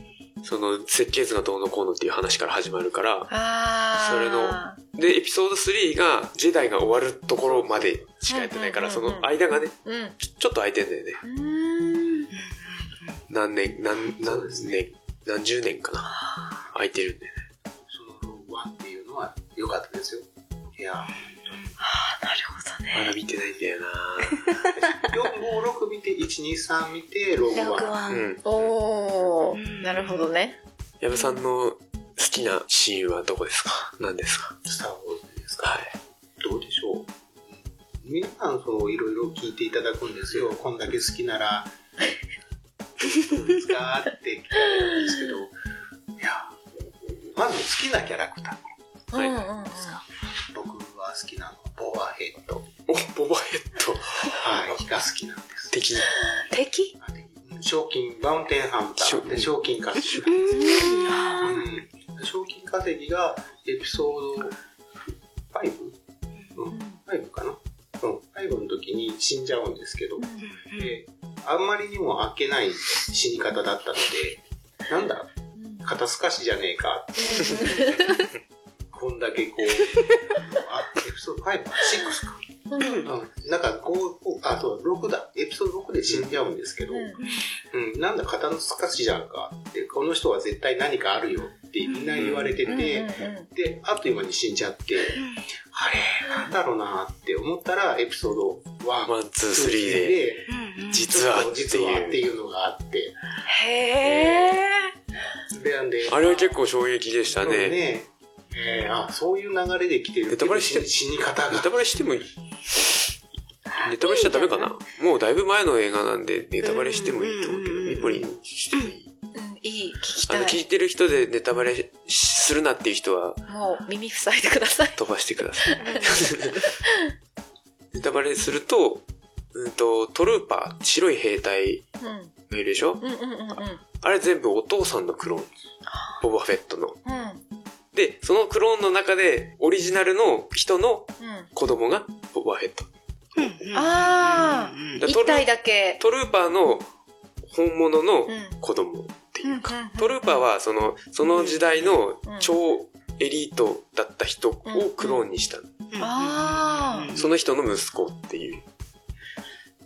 Speaker 4: その設計図がどうのこうのっていう話から始まるから、
Speaker 7: ああ。
Speaker 4: それので、エピソード3がジェダイが終わるところまでしかやってないから、
Speaker 7: うん
Speaker 4: そ
Speaker 7: うんうんうん
Speaker 4: の間がね、
Speaker 7: うん。
Speaker 4: ちょちょっと空いてんだよね。何年、何、何年、何十年かな。空いてるんだよね。
Speaker 8: そのローグワンっていうのはよかったですよいや
Speaker 7: なるほどね。
Speaker 4: まだ見てないんだよな
Speaker 8: 456見て123見てローグワン
Speaker 4: う
Speaker 5: ワン。
Speaker 4: ん。
Speaker 7: おー。なるほどね。
Speaker 4: 矢部さんの好きなシーンはどこですか何ですか
Speaker 8: スター・ウォーズですか
Speaker 4: はい。
Speaker 8: どうでしょう皆さんそういろいろ聞いていただくんですよこんだけ好きならどうですかって聞かれるんですけどいやまず好きなキャラクター
Speaker 7: うんうんうん。
Speaker 8: 僕は好きなのボバヘッド
Speaker 4: お、ボバヘッド。
Speaker 8: はいが好きなんです
Speaker 4: 敵。
Speaker 7: 敵
Speaker 8: うん賞金バウンテンハンターで賞金稼ぎうん賞金稼ぎがエピソード 5? うん、5かな、うん、5の時に死んじゃうんですけど、であんまりにもあっけない死に方だったのでなんだ肩透かしじゃねえかってこんだけこうあエピソード5か6かうんなんかこうこうあそう6だエピソード6で死んじゃうんですけど、うんなんだ肩の透かしじゃんかってこの人は絶対何かあるよってみんな言われてて、であっという間に死んじゃって、あれなんだろうなって思ったらエピソード1、
Speaker 4: ワン、ツー、スリーで、実はって
Speaker 8: 実はって
Speaker 4: いう。
Speaker 8: いうのがあって
Speaker 7: へえ。
Speaker 8: でなんで
Speaker 4: あれは結構衝撃でした
Speaker 8: そう
Speaker 4: ね。
Speaker 8: ねえーあそういう流れで来てる
Speaker 4: ネタバレして
Speaker 8: 死に方
Speaker 4: ネ
Speaker 8: が
Speaker 4: タバレしてもいいネタバレしちゃダメかなもうだいぶ前の映画なんで、ネタバレしてもいいと思うけど、ミポリンしてもいい
Speaker 7: うん、いい。聞き
Speaker 4: あ
Speaker 7: た
Speaker 4: の、聞い
Speaker 7: い。
Speaker 4: てる人でネタバレするなっていう人は
Speaker 7: もう耳塞いでください。
Speaker 4: 飛ばしてくだ さい。ネタバレすると、うんと、トルーパー、白い兵隊
Speaker 7: うん。
Speaker 4: がいるでしょ
Speaker 7: うんうんうんうん。
Speaker 4: あれ全部お父さんのクローン。ボバフェットの。
Speaker 7: うん。
Speaker 4: で、そのクローンの中で、オリジナルの人の
Speaker 7: うん。
Speaker 4: 子供がボバフェット。
Speaker 7: ああ、
Speaker 4: だから
Speaker 7: 一
Speaker 4: トル
Speaker 7: 体だけ。
Speaker 4: トルーパーの本物の
Speaker 7: うん。
Speaker 4: 子供っっていうか、トルーパーはその、その時代の超エリートだった人をクローンにしたの。
Speaker 7: ああ。
Speaker 4: その人の息子っていう。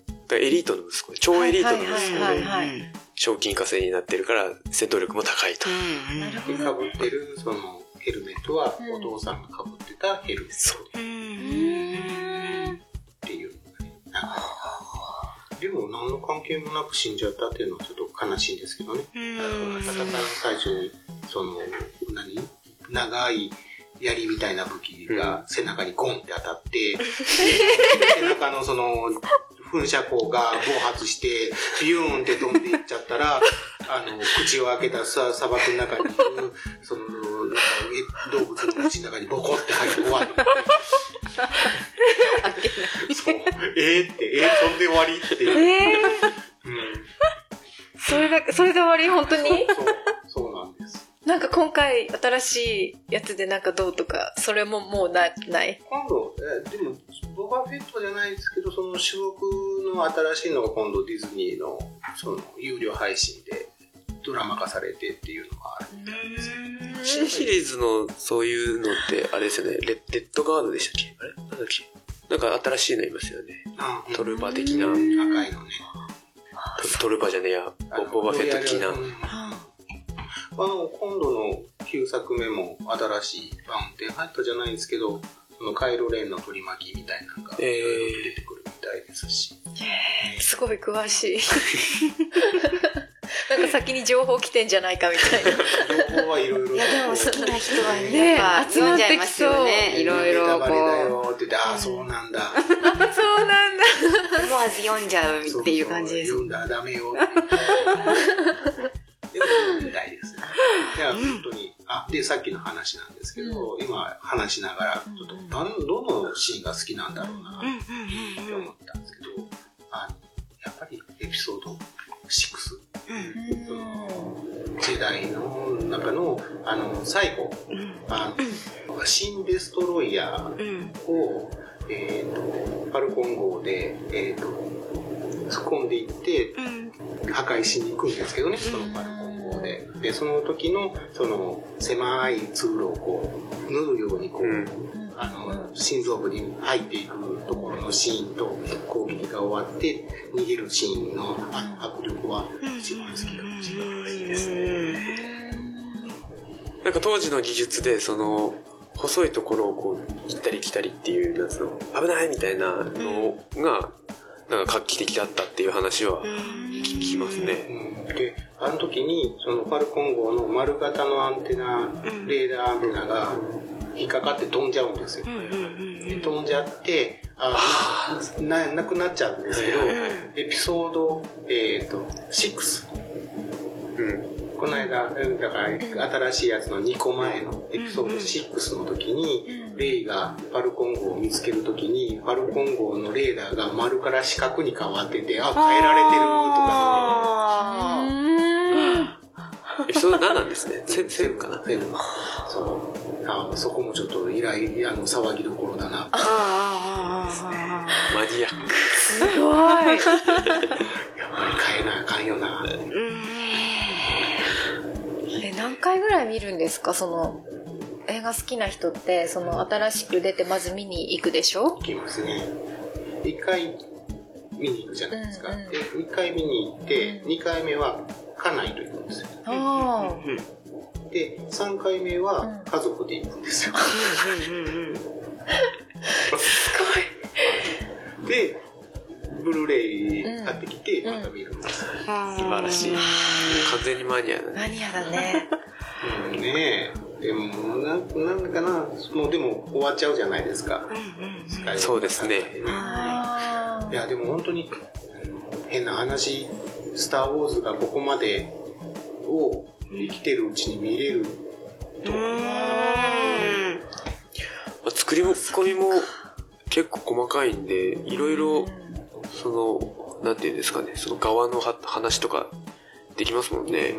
Speaker 4: だからエリートの息子、超エリートの息子
Speaker 7: はい
Speaker 4: で、
Speaker 7: はい
Speaker 4: 賞金稼ぎになってるから戦闘力も高いと。
Speaker 8: でかぶってるそのヘルメットはお父さんがかぶってたヘルメットでっていうのがねなんかでも何の関係もなく死んじゃったっていうのはちょっと悲しいんですけどね。戦いの最初にその何長い槍みたいな武器が背中にゴンって当たって、背中のその噴射口が暴発してビューンって飛んでいっちゃったらあの口を開けたさ砂漠の中にいるそのなんかえ動物の口の中にボコって入って終わる。そうえー、ってえー、飛んで終わりっていう、うん、
Speaker 7: それだけ、それで終わり本当に
Speaker 8: そうそうなんです
Speaker 7: なんか今回新しいやつでなんかどうとか、それももうな、ない。
Speaker 8: 今度、えーでも、ボバフェットじゃないですけど、その主録の新しいのが今度ディズニーの、その、有料配信でドラマ化されてっていうのがあるみたいです。
Speaker 4: 新シリーズのそういうのって、あれですよね、レッレッドガードでしたっけあれなんだっけなんか新しいのいますよね。
Speaker 8: うん
Speaker 4: トルーパー的な、
Speaker 8: 赤いのね。
Speaker 4: トルトルーパーじゃねえや、
Speaker 8: あの
Speaker 4: ボボバフェット的な。
Speaker 8: ロイヤルうんあの、今度の9作目も新しい版で入ったじゃないんですけど、そのカイロレンの取り巻きみたいなのが
Speaker 4: えー
Speaker 8: いろいろ出てくるみたいですし。
Speaker 7: すごい詳しい。なんか先に情報来てんじゃないかみたいな。
Speaker 8: 情報はいろいろ。
Speaker 5: いやでも好きな人はね
Speaker 7: ねえ
Speaker 9: やっぱ
Speaker 7: 集ま
Speaker 9: ん
Speaker 7: っ
Speaker 9: じゃい
Speaker 7: て
Speaker 9: ま
Speaker 7: き
Speaker 9: す
Speaker 7: そう。
Speaker 9: よね。いろいろこ
Speaker 8: ネタバレだ
Speaker 9: う。
Speaker 8: よって言って、ああ、そうな んだ。
Speaker 7: そうなんだ。
Speaker 9: 思わず読んじゃうっていう感じです。
Speaker 8: そうそう読んだらダメ よ。でも読みたいですね。いや、本当に。あ、で、さっきの話なんですけど、今話しながら、ちょっと、なんどのシーンが好きなんだろうな、って思ったんですけど、あの、やっぱりエピソード6。その時代の中のあの最後、あの新デストロイヤーを、えー、とファルコン号で、えー、と突っ込んでいって破壊しに行くんですけどねそのファルコン号で。でその時のその狭い通路をこう縫うようにこ
Speaker 4: う
Speaker 8: う。
Speaker 4: ん
Speaker 8: あの心臓部に入っていくところのシーンと攻撃が終わって逃げるシーンのあの迫力は一番好きかもしれないですね。
Speaker 4: なんか当時の技術で、その、細いところをこう、行ったり来たりっていう、なんつうの、危ないみたいなのが、なんか画期的だったっていう話は聞きますね。
Speaker 8: うんであの時にそのファルコン号の丸型のアンテナレーダーアンテナが引っかかって飛んじゃうんですよ。で飛んじゃってあのななくなっちゃうんですけどエピソード、えー、と6。
Speaker 4: うん。
Speaker 8: この間、えだから、新しいやつの2個前のエピソード6の時に、レイがファルコン号を見つける時に、ファルコン号のレーダーが丸から四角に変わってて、あ、変えられてるとか
Speaker 4: エピソード7なんですね。セセブンかな。
Speaker 8: ね、でそうあそこもちょっと依頼、あの、騒ぎどころだな。
Speaker 4: マニアック。
Speaker 8: やっぱり変えなあかんよな。
Speaker 7: え、何回ぐらい見るんですかその、映画好きな人って、その新しく出てまず見に行くでしょ
Speaker 8: 行きますね1回見に行くじゃないですか、
Speaker 7: うんうん
Speaker 8: で1回見に行って2回目は家内と行くんですよ
Speaker 7: あ
Speaker 8: で3回目は家族で行くんですよ、すごいでブルーレイ買ってきてまた見るんですよ、
Speaker 4: 素晴らしい。完全にマニアだ
Speaker 7: あ。
Speaker 4: ね。
Speaker 7: マニアだ ね。
Speaker 8: うんねえでもななんかなもうでも終わっちゃうじゃないですか、スカイウォーカー
Speaker 4: そうですね
Speaker 7: あ
Speaker 8: いやでも本当に変な話「スター・ウォーズ」がここまでを生きてるうちに見れる
Speaker 4: まあ作り込みも結構細かいんで、いろいろ、その、なんていうんですかね、その側のは話とかできますもんね。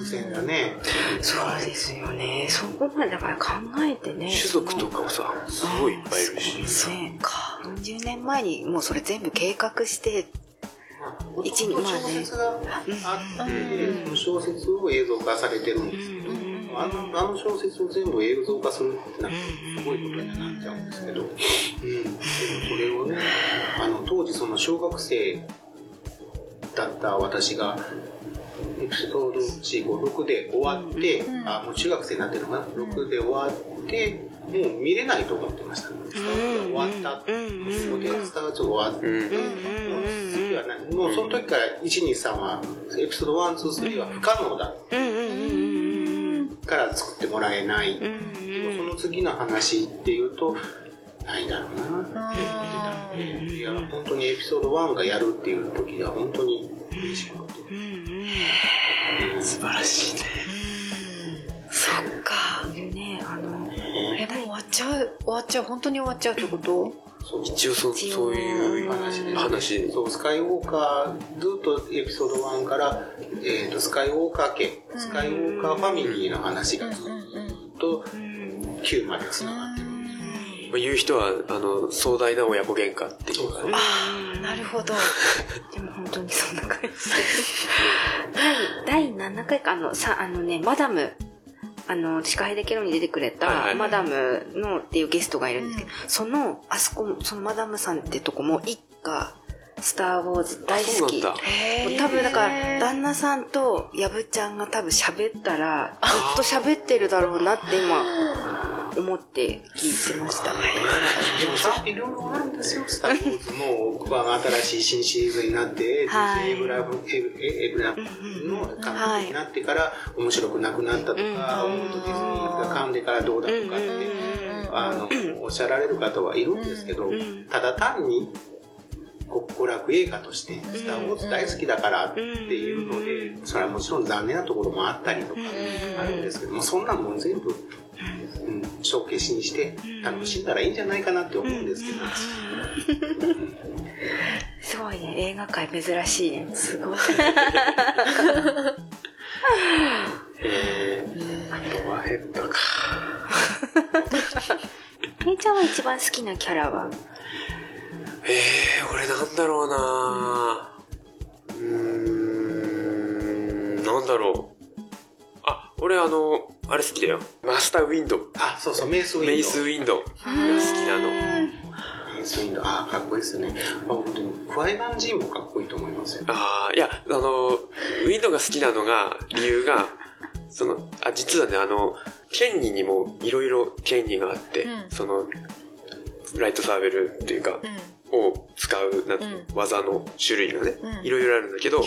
Speaker 8: 伏線がね、
Speaker 5: そうですよね。そこまでだから考えてね。
Speaker 4: 種族とかもさ、すごいいっぱいいるし。
Speaker 5: そうか。40年前にもうそれ全部計画して、一にまあね
Speaker 8: 小説があって、小説を映像化されてるんですけど、あのあの小説を全部映像化するってなんかすごいことにはなっちゃうんですけど、うん、でもそれをねあの当時その小学生だった私がエピソード456で終わって、あもう中学生になってるのかな6で終わってもう見れないと思ってました、終わったって、もうスタート終わって、
Speaker 4: うん
Speaker 8: もう次はないもうその時から123はエピソード123は不可能だから作ってもらえない、でもその次の話っていうとないだろうなって思ってたんでいや本当にエピソード1がやるっていう時が本当に嬉しくて、
Speaker 4: 素晴らしいね
Speaker 7: そっか。
Speaker 5: ね、あの、
Speaker 7: え、もう終わっちゃう、終わっちゃう、本当に終わっちゃうってこと
Speaker 8: そう
Speaker 4: 一応そそういう
Speaker 8: 話で
Speaker 4: 話
Speaker 8: そうスカイウォーカーずっとエピソード1から、えー、とスカイウォーカー家スカイウォーカーファミリーの話がずっと9までつながってる
Speaker 4: まあ言う人はあの壮大な親子喧嘩っていうかね
Speaker 7: なるほど。
Speaker 5: でも本当にそんな感じ第第7回か、あの、さ、あのね、マダム、あの、司会できるに出てくれ
Speaker 4: はいはいは
Speaker 5: た、
Speaker 4: い
Speaker 5: マダムのっていうゲストがいるんですけど、その、あそこも、そのマダムさんってとこも、一家、スターウォーズ大好
Speaker 4: そう
Speaker 5: き。
Speaker 4: なんだ
Speaker 5: もう多分だから、旦那さんとやぶちゃんが多分喋ったら、ずっと喋ってるだろうなって今、思って聞いてました。
Speaker 8: でもさいろいろあるんですよ「スター・ウォーズ」も僕は新しい新シリーズになって、
Speaker 5: はい
Speaker 8: エブラブエブエブラの監督になってから面白くなくなったとか、ウォルト・ディズニーが噛んでからどうだとかって、あのおっしゃられる方はいるんですけど、ただ単にこ娯楽映画として「スター・ウォーズ」大好きだからっていうので、それはもちろん残念なところもあったりとかあるんですけども、そんなもん全部。うん、消消しにして楽しんだらいいんじゃないかなって思うんですけど、
Speaker 5: すごいね、映画界珍しいね。すごい。
Speaker 8: えー、ドアヘッドか
Speaker 5: めいちゃんは一番好きなキャラは
Speaker 4: えー、俺なんだろうなうーんなんだろうあ俺あのあれ好きだよマスターウィンドウ
Speaker 8: あそうそうメイスウィンド
Speaker 4: メイスウィンドウが好きなの
Speaker 8: メイスウィンドあーかっこいいですよねあ本当にクワイガンジンもかっこいいと思いますよ
Speaker 4: ああいやあのウィンドウが好きなのが理由がそのあ実はねあのケンニーにもいろいろケンニーがあって、
Speaker 7: うん
Speaker 4: そのライトサーベルっていうか、
Speaker 7: う
Speaker 4: を使うなんていうの技の種類がね
Speaker 7: うん
Speaker 4: いろいろあるんだけど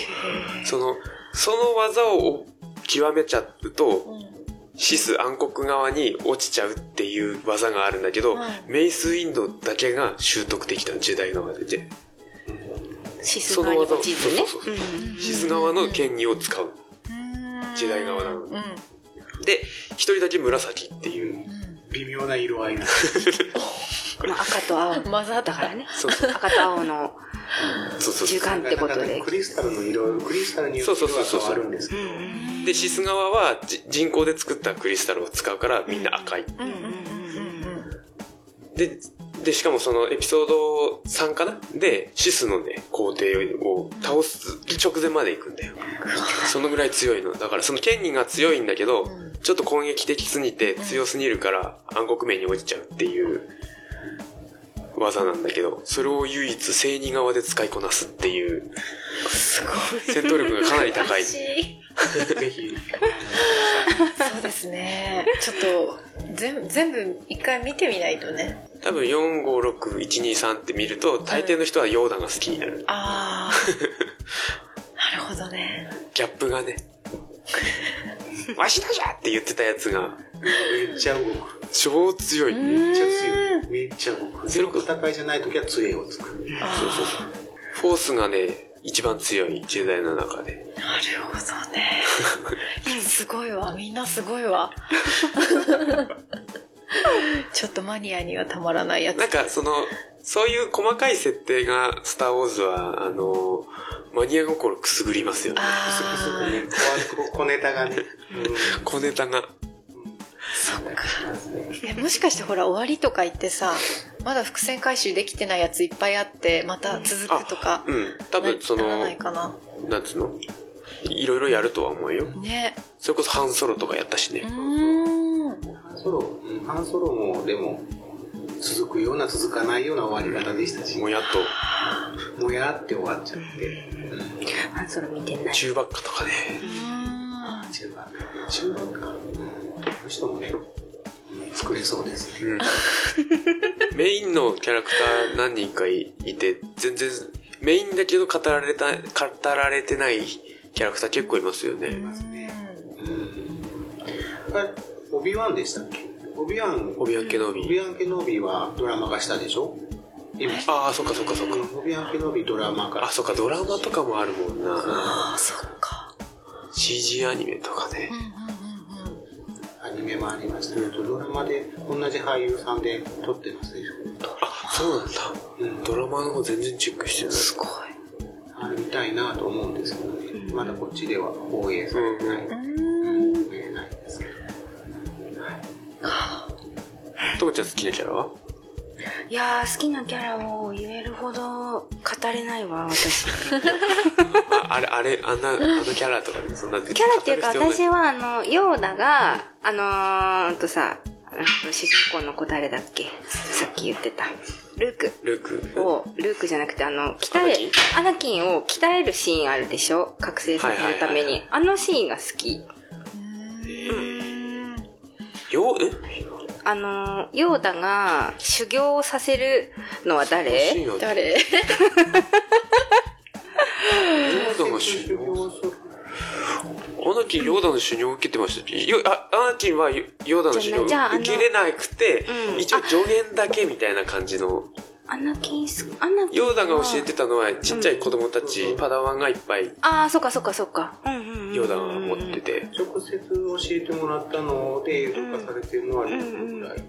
Speaker 4: そのその技を極めちゃうと
Speaker 7: ん。うん。
Speaker 4: シス暗黒側に落ちちゃうっていう技があるんだけど
Speaker 7: うん
Speaker 4: メイスウィンドウだけが習得できたジェダイ側で
Speaker 5: シス
Speaker 4: そ
Speaker 5: ガ
Speaker 4: の
Speaker 5: ニ
Speaker 4: 技を
Speaker 5: チーズね。
Speaker 4: そうそうそうシス側の剣技を使うジェダイ側なの
Speaker 7: うん。
Speaker 4: で一人だけ紫っていう
Speaker 8: 微妙な色合いな
Speaker 5: まあ、赤と青 だ
Speaker 7: 混ざった
Speaker 5: からね。
Speaker 4: そうそう
Speaker 5: 赤と青の
Speaker 4: そうそう
Speaker 5: 中
Speaker 4: そ
Speaker 5: 間ってことで。
Speaker 8: クリスタルの色クリスタルによって
Speaker 4: そう
Speaker 8: 色
Speaker 4: そうそ
Speaker 8: が
Speaker 4: うそう
Speaker 8: 変わるんですけど
Speaker 4: うでシス側はじ人工で作ったクリスタルを使うからみんな赤い
Speaker 7: うんうんうん
Speaker 4: で、で、しかもそのエピソード3かなで、シスのね、皇帝を倒す直前まで行くんだよ。そのぐらい強いの。だからその権人が強いんだけど、ちょっと攻撃的すぎて強すぎるから暗黒面に落ちちゃうっていう技なんだけど、それを唯一正義側で使いこなすっていう。すごい。戦闘力がかなり高い。
Speaker 8: ぜひ
Speaker 7: そうですね。ちょっと、全全部一回見てみないとね。
Speaker 4: 多分4、5、6、1、2、3って見ると、大抵の人はヨーダが好きになる。
Speaker 7: ああ。なるほどね。
Speaker 4: ギャップがね。わしだじゃって言ってたやつが、
Speaker 8: めっちゃ動く
Speaker 4: 超強い。
Speaker 8: めっちゃ強いめっちゃ動く強く戦いじゃない時は杖をつく
Speaker 4: そうそうそう。フォースがね、一番強い、ジェダイの中で。
Speaker 7: なるほどね。いやすごいわ。みんなすごいわ。ちょっとマニアにはたまらないやつ
Speaker 4: なん。か、その、そういう細かい設定が、スター・ウォーズは、あの、マニア心くすぐりますよね。
Speaker 7: あ
Speaker 8: ねこ小ネタがね、う
Speaker 4: 小ネタが。
Speaker 7: あ。え、もしかしてほら、終わりとか言ってさ、まだ伏線回収できてないやついっぱいあってまた続くとか
Speaker 4: うん多分そ
Speaker 7: なら
Speaker 4: の
Speaker 7: ないかな
Speaker 4: なんつうのいろいろやるとは思うよ
Speaker 7: ね
Speaker 4: それこそ半ソロとかやったしね、
Speaker 7: うん
Speaker 8: ハンソロ、うんハンソロもでも、続くような続かないような終わり方でしたし、
Speaker 4: も
Speaker 8: も
Speaker 4: やっ
Speaker 8: やって終わっちゃって、うん
Speaker 5: あ、それ見て
Speaker 4: と
Speaker 5: ない。
Speaker 4: 中ばっかとかね
Speaker 8: 中盤、中盤か、うん、この人もね、作れそうですね。
Speaker 4: うんメインのキャラクター何人かいいて全然メインだけど語られた語られてないキャラクター結構いますよね、
Speaker 8: あれオビワンでしたっけオビワン、
Speaker 4: オビアンケノー
Speaker 8: オ
Speaker 4: ビ
Speaker 8: ビワンケノービーはドラマ化したでしょ今、
Speaker 4: ああそっかそっかそっか
Speaker 8: オビワンケノービードラマ化
Speaker 4: あ。そっかドラマとかもあるもんなあそっか CG アニメとかね、
Speaker 8: アニメもありましたけど、ドラマで同じ俳優さんで撮ってますでしょ。
Speaker 4: あそうなんだ、
Speaker 8: うん
Speaker 4: ドラマの方全然チェックしてないすごい
Speaker 8: あれ見たいなと思うんですけどね、まだこっちでは放映されてない。うん見れないですけど。
Speaker 4: ともちゃん好きなキャラはい
Speaker 5: やー、好きなキャラを言えるほど語れないわ、私。
Speaker 4: ああれあれあんなあのキャラとかねそんなキ
Speaker 5: キャラっていうか、私は、あの、ヨーダが、あのー、とさ、あの主人公の子誰だっけさっき言ってた。ルー
Speaker 4: ルーク
Speaker 5: クを、ルークじゃなくて、あの、鍛え、アナキンを鍛えるシーンあるでしょ覚醒させるため
Speaker 4: はいはい
Speaker 5: に。あのシーンが好き。
Speaker 4: よえ
Speaker 5: あのー、ヨーダが修行をさせるのは
Speaker 4: シ
Speaker 5: 誰
Speaker 4: ーンを
Speaker 7: 誰
Speaker 4: ヨーダの修行アナキンヨーダの修行を受けてましたっけよあアナキンはヨヨーダの修行を
Speaker 5: じゃあじゃああの
Speaker 4: 受けれなくて、
Speaker 5: うん
Speaker 4: 一応助言だけみたいな感じの
Speaker 5: アナキンす、アナキンは。
Speaker 4: ヨーダが教えてたのはちっちゃい子供たち、パダワンがいっぱい
Speaker 5: ああ、そっかそっかそっか。うんうんうんうん。
Speaker 4: ヨーダが持ってて、
Speaker 8: 直接教えてもらったので映画化されてるのはルークぐらい。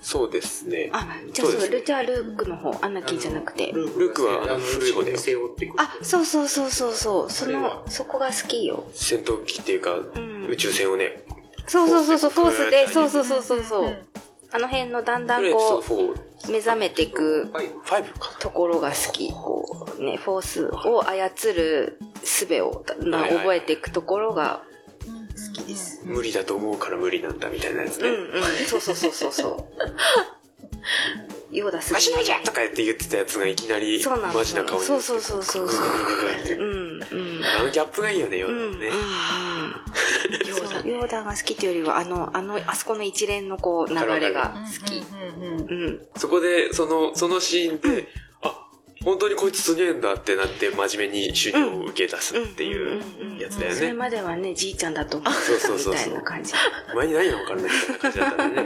Speaker 4: そうですね
Speaker 5: あ、じゃあ
Speaker 4: そうです
Speaker 5: そ
Speaker 4: ね
Speaker 5: う、じゃあルークの方、アナキンじゃなくて。
Speaker 4: ルークはあの古い方だよ
Speaker 8: 背負ってくる
Speaker 5: あ、そうそうそうそうそう、そ
Speaker 8: れは
Speaker 5: の、そこが好きよ。
Speaker 4: 戦闘機っていうか、
Speaker 5: ん
Speaker 4: 宇宙船をね
Speaker 5: そうそうそうそう、
Speaker 4: コ
Speaker 5: コ
Speaker 4: ー
Speaker 5: ー
Speaker 4: スで
Speaker 5: スで、そうそうそうそうそう。あの辺のだんだ
Speaker 4: こ
Speaker 5: ん
Speaker 4: れエピソ
Speaker 5: こ
Speaker 4: ード4
Speaker 5: う、目覚めていく
Speaker 4: 5か
Speaker 5: ところが好き。こう、ね、フォースを操る術をだんだん
Speaker 4: はいはい
Speaker 5: 覚えていくところが、
Speaker 4: な無理だと思うから無理なんだみたいなやつ
Speaker 5: う
Speaker 4: ね、
Speaker 5: んうん、そうそうそうそうそう。ヨーダす
Speaker 4: マジ
Speaker 5: ぎ
Speaker 4: マジとか言って言ってたやつがいきなり
Speaker 5: そうなん
Speaker 4: マジな顔に
Speaker 5: そうそうそうそうそう。うんうん。
Speaker 4: あのギャップがいいよね、ヨ
Speaker 5: うん
Speaker 4: ー
Speaker 5: う
Speaker 4: ダ
Speaker 5: んうん
Speaker 4: ね、
Speaker 5: ヨー ダヨーダが好きというよりはあのあのあそこの一連のこう流
Speaker 4: わかるわかる
Speaker 5: れが好きうん
Speaker 4: そこでそのそのシーンで、あ本当にこいつすげえんだってなって真面目に修行を受け出すっていうやつだよ
Speaker 5: それ
Speaker 4: ね
Speaker 5: まではねじいちゃんだと思っ
Speaker 4: そうそうそ
Speaker 5: てた
Speaker 4: う
Speaker 5: みた
Speaker 4: そう
Speaker 5: いな感じ
Speaker 4: 前に何が分からないみたいな感じだったんで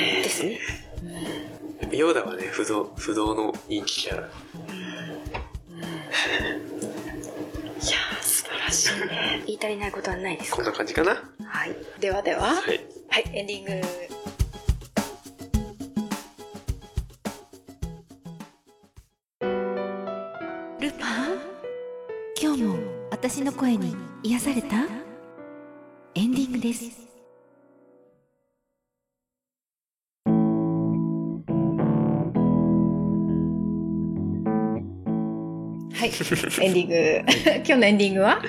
Speaker 4: ね
Speaker 5: ですね
Speaker 4: ヨーダはね不動不動の人気キャラ
Speaker 5: 言い足りないことはないです
Speaker 4: こん
Speaker 5: か
Speaker 4: な感じかなは
Speaker 5: はい
Speaker 7: ではでははいいエンディング
Speaker 10: ルパン今日も私の声に癒されたエンディングです
Speaker 7: はいエンディング今日のエンディングは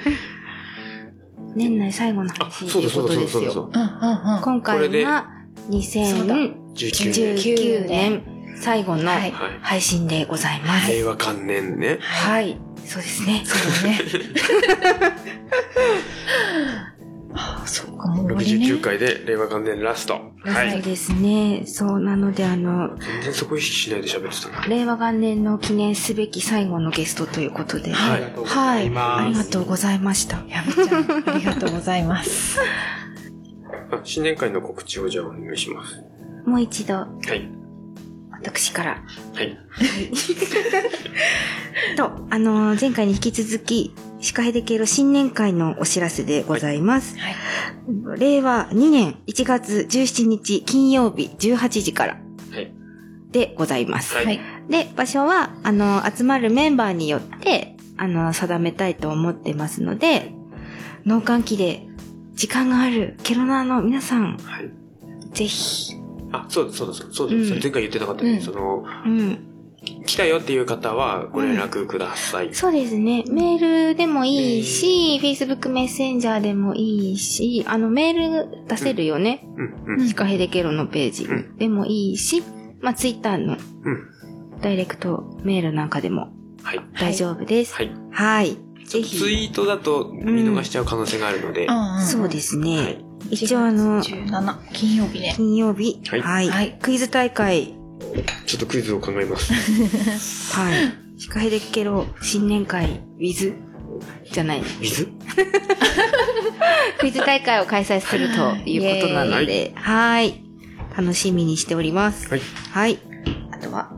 Speaker 1: 年内最後の配信ということですよ。
Speaker 7: うんうんうん
Speaker 1: 今
Speaker 4: これ
Speaker 1: 回
Speaker 4: で
Speaker 1: が2019
Speaker 4: 19年
Speaker 1: 年最後の
Speaker 7: はい
Speaker 4: はい
Speaker 1: 配信でございます。
Speaker 4: 令和元年ね
Speaker 1: はい。そうですね。
Speaker 7: あそっかもう終わりね
Speaker 4: 69回で令和元年ラストは
Speaker 1: そう
Speaker 4: い
Speaker 1: ですね。そうなので、あの、
Speaker 4: 全然そこ意識しないで喋ってたな
Speaker 1: 令和元年の記念すべき最後のゲストということで、
Speaker 4: はい
Speaker 1: はい。ありがとうございました。
Speaker 7: やぶちゃんありがとうございます
Speaker 4: あ新年会の告知をじゃあお願いします
Speaker 1: もう一度、
Speaker 4: はい
Speaker 1: 私から
Speaker 4: はい
Speaker 1: と、あのー前回に引き続き、シカヘデ系の新年会のお知らせでございます。
Speaker 7: はい
Speaker 1: 令和2年1月17日金曜日18時から
Speaker 4: はい
Speaker 1: でございます。
Speaker 4: はい
Speaker 7: はい
Speaker 1: で、場所は、あのー集まるメンバーによって、あのー定めたいと思ってますので、農閑期で時間があるケロナーの皆さん、
Speaker 4: はい
Speaker 1: ぜひ、
Speaker 4: あ、そうだそうだそうだそうだ、
Speaker 5: うん
Speaker 4: 前回言ってなかったね、
Speaker 5: うん
Speaker 4: その、
Speaker 5: うん。
Speaker 4: 来たよっていう方はご連絡ください。
Speaker 5: そうですね。メールでもいいし、Facebook メッセンジャーでもいいし、あの、メール出せるよね。
Speaker 4: うん、うん。
Speaker 5: シカヘデケロのページ
Speaker 4: うん
Speaker 5: でもいいし、まあ、Twitter
Speaker 4: う
Speaker 5: の
Speaker 4: ん。
Speaker 5: ダイレクトメールなんかでも
Speaker 4: はい。
Speaker 5: 大丈夫です。
Speaker 4: はい。
Speaker 5: はい。ぜひ。
Speaker 4: ツイートだと見逃しちゃう可能性があるので、
Speaker 5: そうです
Speaker 4: は
Speaker 5: ね。
Speaker 4: い。
Speaker 5: 一応あの、
Speaker 7: 17、金曜日ね。
Speaker 5: 金曜日、
Speaker 4: はい
Speaker 5: はい。クイズ大会、
Speaker 4: ちょっとクイズを考えます。
Speaker 5: はい。シカヘデケロ新年会 with じゃない。
Speaker 4: 水
Speaker 5: クイズ大会を開催するということなので、はい。楽しみにしております。
Speaker 4: はい。
Speaker 5: はい。あとは、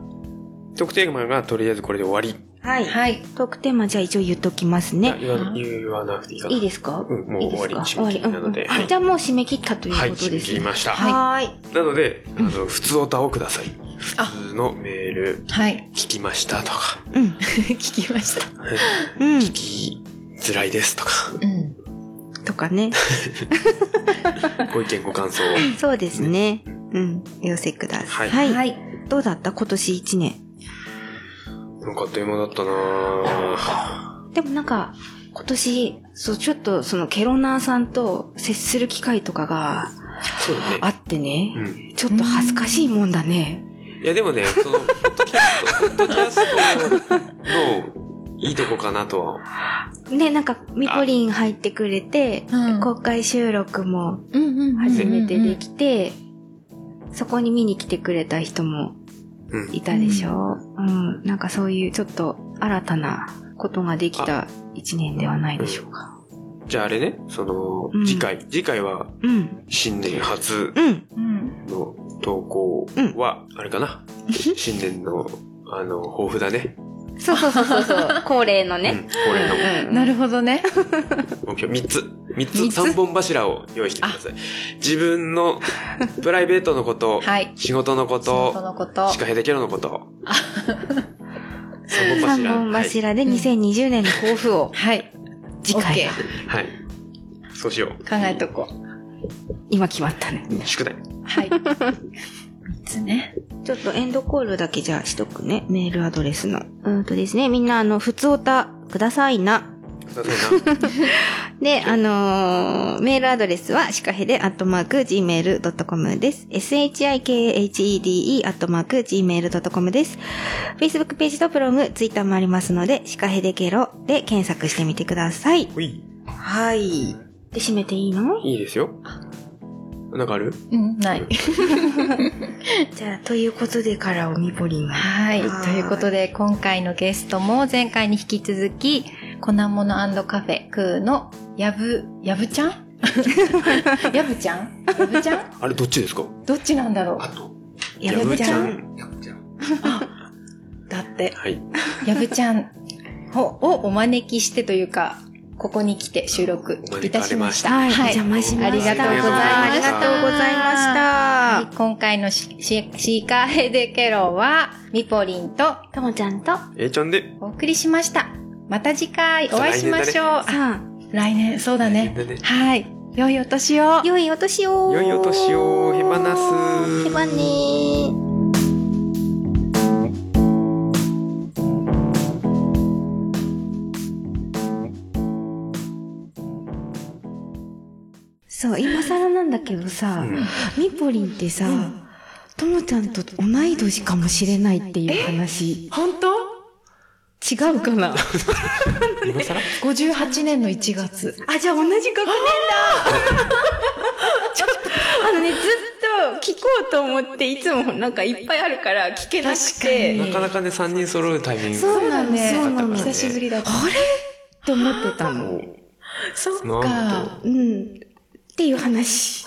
Speaker 4: 特定マがとりあえずこれで終わり。
Speaker 5: はい。
Speaker 7: はい。
Speaker 5: トークテーマじゃあ一応言っときます
Speaker 4: いや
Speaker 5: ね。
Speaker 4: 言わ言わなくていいかな。
Speaker 5: いいですか
Speaker 4: うんもう
Speaker 5: いいですか
Speaker 4: 終わり締め切りなので
Speaker 5: 終わりうんうん
Speaker 4: はい
Speaker 5: じゃあもう締め切ったという
Speaker 4: はい、
Speaker 5: こと
Speaker 4: 締
Speaker 5: で
Speaker 4: め
Speaker 5: す
Speaker 4: 切
Speaker 5: ね。
Speaker 4: りました。
Speaker 5: はーい。
Speaker 4: なので、あの、普通歌をください。普通のメール、
Speaker 7: はい。
Speaker 4: 聞きましたとか、
Speaker 5: うん。
Speaker 7: 聞きました。
Speaker 5: うん。
Speaker 4: 聞きづらいですとか、
Speaker 7: うん。
Speaker 5: とかね。
Speaker 4: ご意見ご感想を。
Speaker 5: そうですね。うん。お寄せください。
Speaker 4: は
Speaker 5: はい。どうだった今年一年。
Speaker 4: なんかあっという間だったなぁ
Speaker 5: でもなんか、今年、そう、ちょっとそのケロナーさんと接する機会とかが
Speaker 4: そうだね。
Speaker 5: あってね
Speaker 4: う。ん。
Speaker 5: ちょっと恥ずかしいもんだね。
Speaker 4: いや、でもね、その、ポッドキャスト、ポッドキャストの、いいとこかなとは。
Speaker 5: ね、なんか、ミポリン入ってくれて、
Speaker 7: うん
Speaker 5: 公開収録も
Speaker 7: うんうんうん。
Speaker 5: 初めてできて、そこに見に来てくれた人も
Speaker 4: うん。
Speaker 5: いたでしょ、うん、なんかそういうちょっと新たなことができた一年ではないでしょうか。
Speaker 4: じゃああれね、その、
Speaker 5: うん
Speaker 4: 次回、次回は、
Speaker 5: うん。
Speaker 4: 新年初
Speaker 5: うん。
Speaker 7: うん。
Speaker 4: の投稿は、あれかな。新年の、あの、抱負だね。
Speaker 5: そうそうそうそう そう。恒例の
Speaker 4: うん
Speaker 5: ね。。
Speaker 4: これの
Speaker 5: うん
Speaker 7: なるほどね。
Speaker 4: 目標3つ。三つ、三本柱を用意してください。自分の、プライベートのこと、
Speaker 7: はい。
Speaker 4: 仕事のこ
Speaker 7: 仕事
Speaker 4: と、
Speaker 7: のこと
Speaker 4: シ。カヘデケロのこと。三本柱。
Speaker 5: 三本
Speaker 4: はい
Speaker 5: 柱で2020年の抱負を
Speaker 7: はい。
Speaker 5: 次回
Speaker 7: OK
Speaker 5: は
Speaker 4: はい。そうしよう。
Speaker 7: 考えとこう。
Speaker 5: 今決まったね。
Speaker 4: 宿題。
Speaker 7: はい。三つね。
Speaker 5: ちょっとエンドコールだけじゃあしとくね。メールアドレスの。うーんとですね、みんなあの、普通おたくださいな。
Speaker 4: くださいな。
Speaker 5: で、あのーメールアドレスは、シカヘデアットマーク gmail.com です。shikahede アットマーク gmail.com です。Facebook ページとブログ、Twitter もありますので、シカヘデケロで検索してみてください。
Speaker 4: ほい。
Speaker 5: はい。で、締めていいの
Speaker 4: いいですよ。なんかある
Speaker 7: うん、ない。
Speaker 5: じゃあ、ということでからおみぽりんが。
Speaker 7: はい。
Speaker 5: はい
Speaker 7: ということで、今回のゲストも前回に引き続き、粉物カフェクーのやぶ、やぶち ゃんやぶちゃんやぶちゃん
Speaker 4: あれどっちですか
Speaker 7: どっちなんだろ
Speaker 8: あと、
Speaker 7: うやぶちゃん
Speaker 8: やぶちゃん。
Speaker 7: だって、
Speaker 4: はい。
Speaker 7: やぶちゃんををお招きしてというか、ここに来て収録いたしました。
Speaker 5: はい、お
Speaker 7: はい
Speaker 5: 邪魔しました。
Speaker 7: ありがとうございました
Speaker 5: ありがとうございました。
Speaker 7: はい今回のシシシーカーヘデケロは、ミポリンと
Speaker 5: ともちゃんと、さ
Speaker 4: A ちゃんで。
Speaker 7: お送りしました。また次回お会いしましょう。あ
Speaker 5: あ、
Speaker 7: 来年、そうだね。
Speaker 4: 来年だね
Speaker 7: はい。良いお年を。
Speaker 5: 良いお年を
Speaker 4: 良いお年をへばなす
Speaker 5: へばねーそう、今更なんだけどさ、みぽりんってさ、ともちゃんと同い年かもしれないっていう話。
Speaker 7: 本当
Speaker 5: 違うかな
Speaker 4: 今更
Speaker 7: ?58 年の1月。
Speaker 5: あ、じゃあ同じ学年だちょっと、あのね、ずっと聞こうと思って、いつもなんかいっぱいあるから聞けなくて、
Speaker 4: なかなかね、3人揃うタイミング
Speaker 5: そうなのそうなの
Speaker 4: 久しぶりだっ
Speaker 5: と思ってた
Speaker 4: たから
Speaker 5: の。
Speaker 4: ね。も
Speaker 7: そっ
Speaker 4: うなん
Speaker 7: か。
Speaker 4: と。
Speaker 5: うん。っていう話。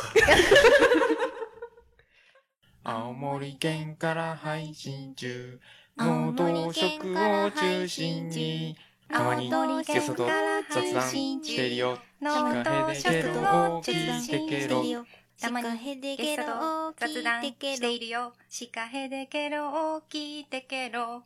Speaker 2: 青森県から配信中。農道食を中心に、たまにゲストと雑談してるよ。シカヘデケロを聞いてけろ。
Speaker 3: たまにゲストと雑談しているよ。シカヘデケロを聞いてケロ。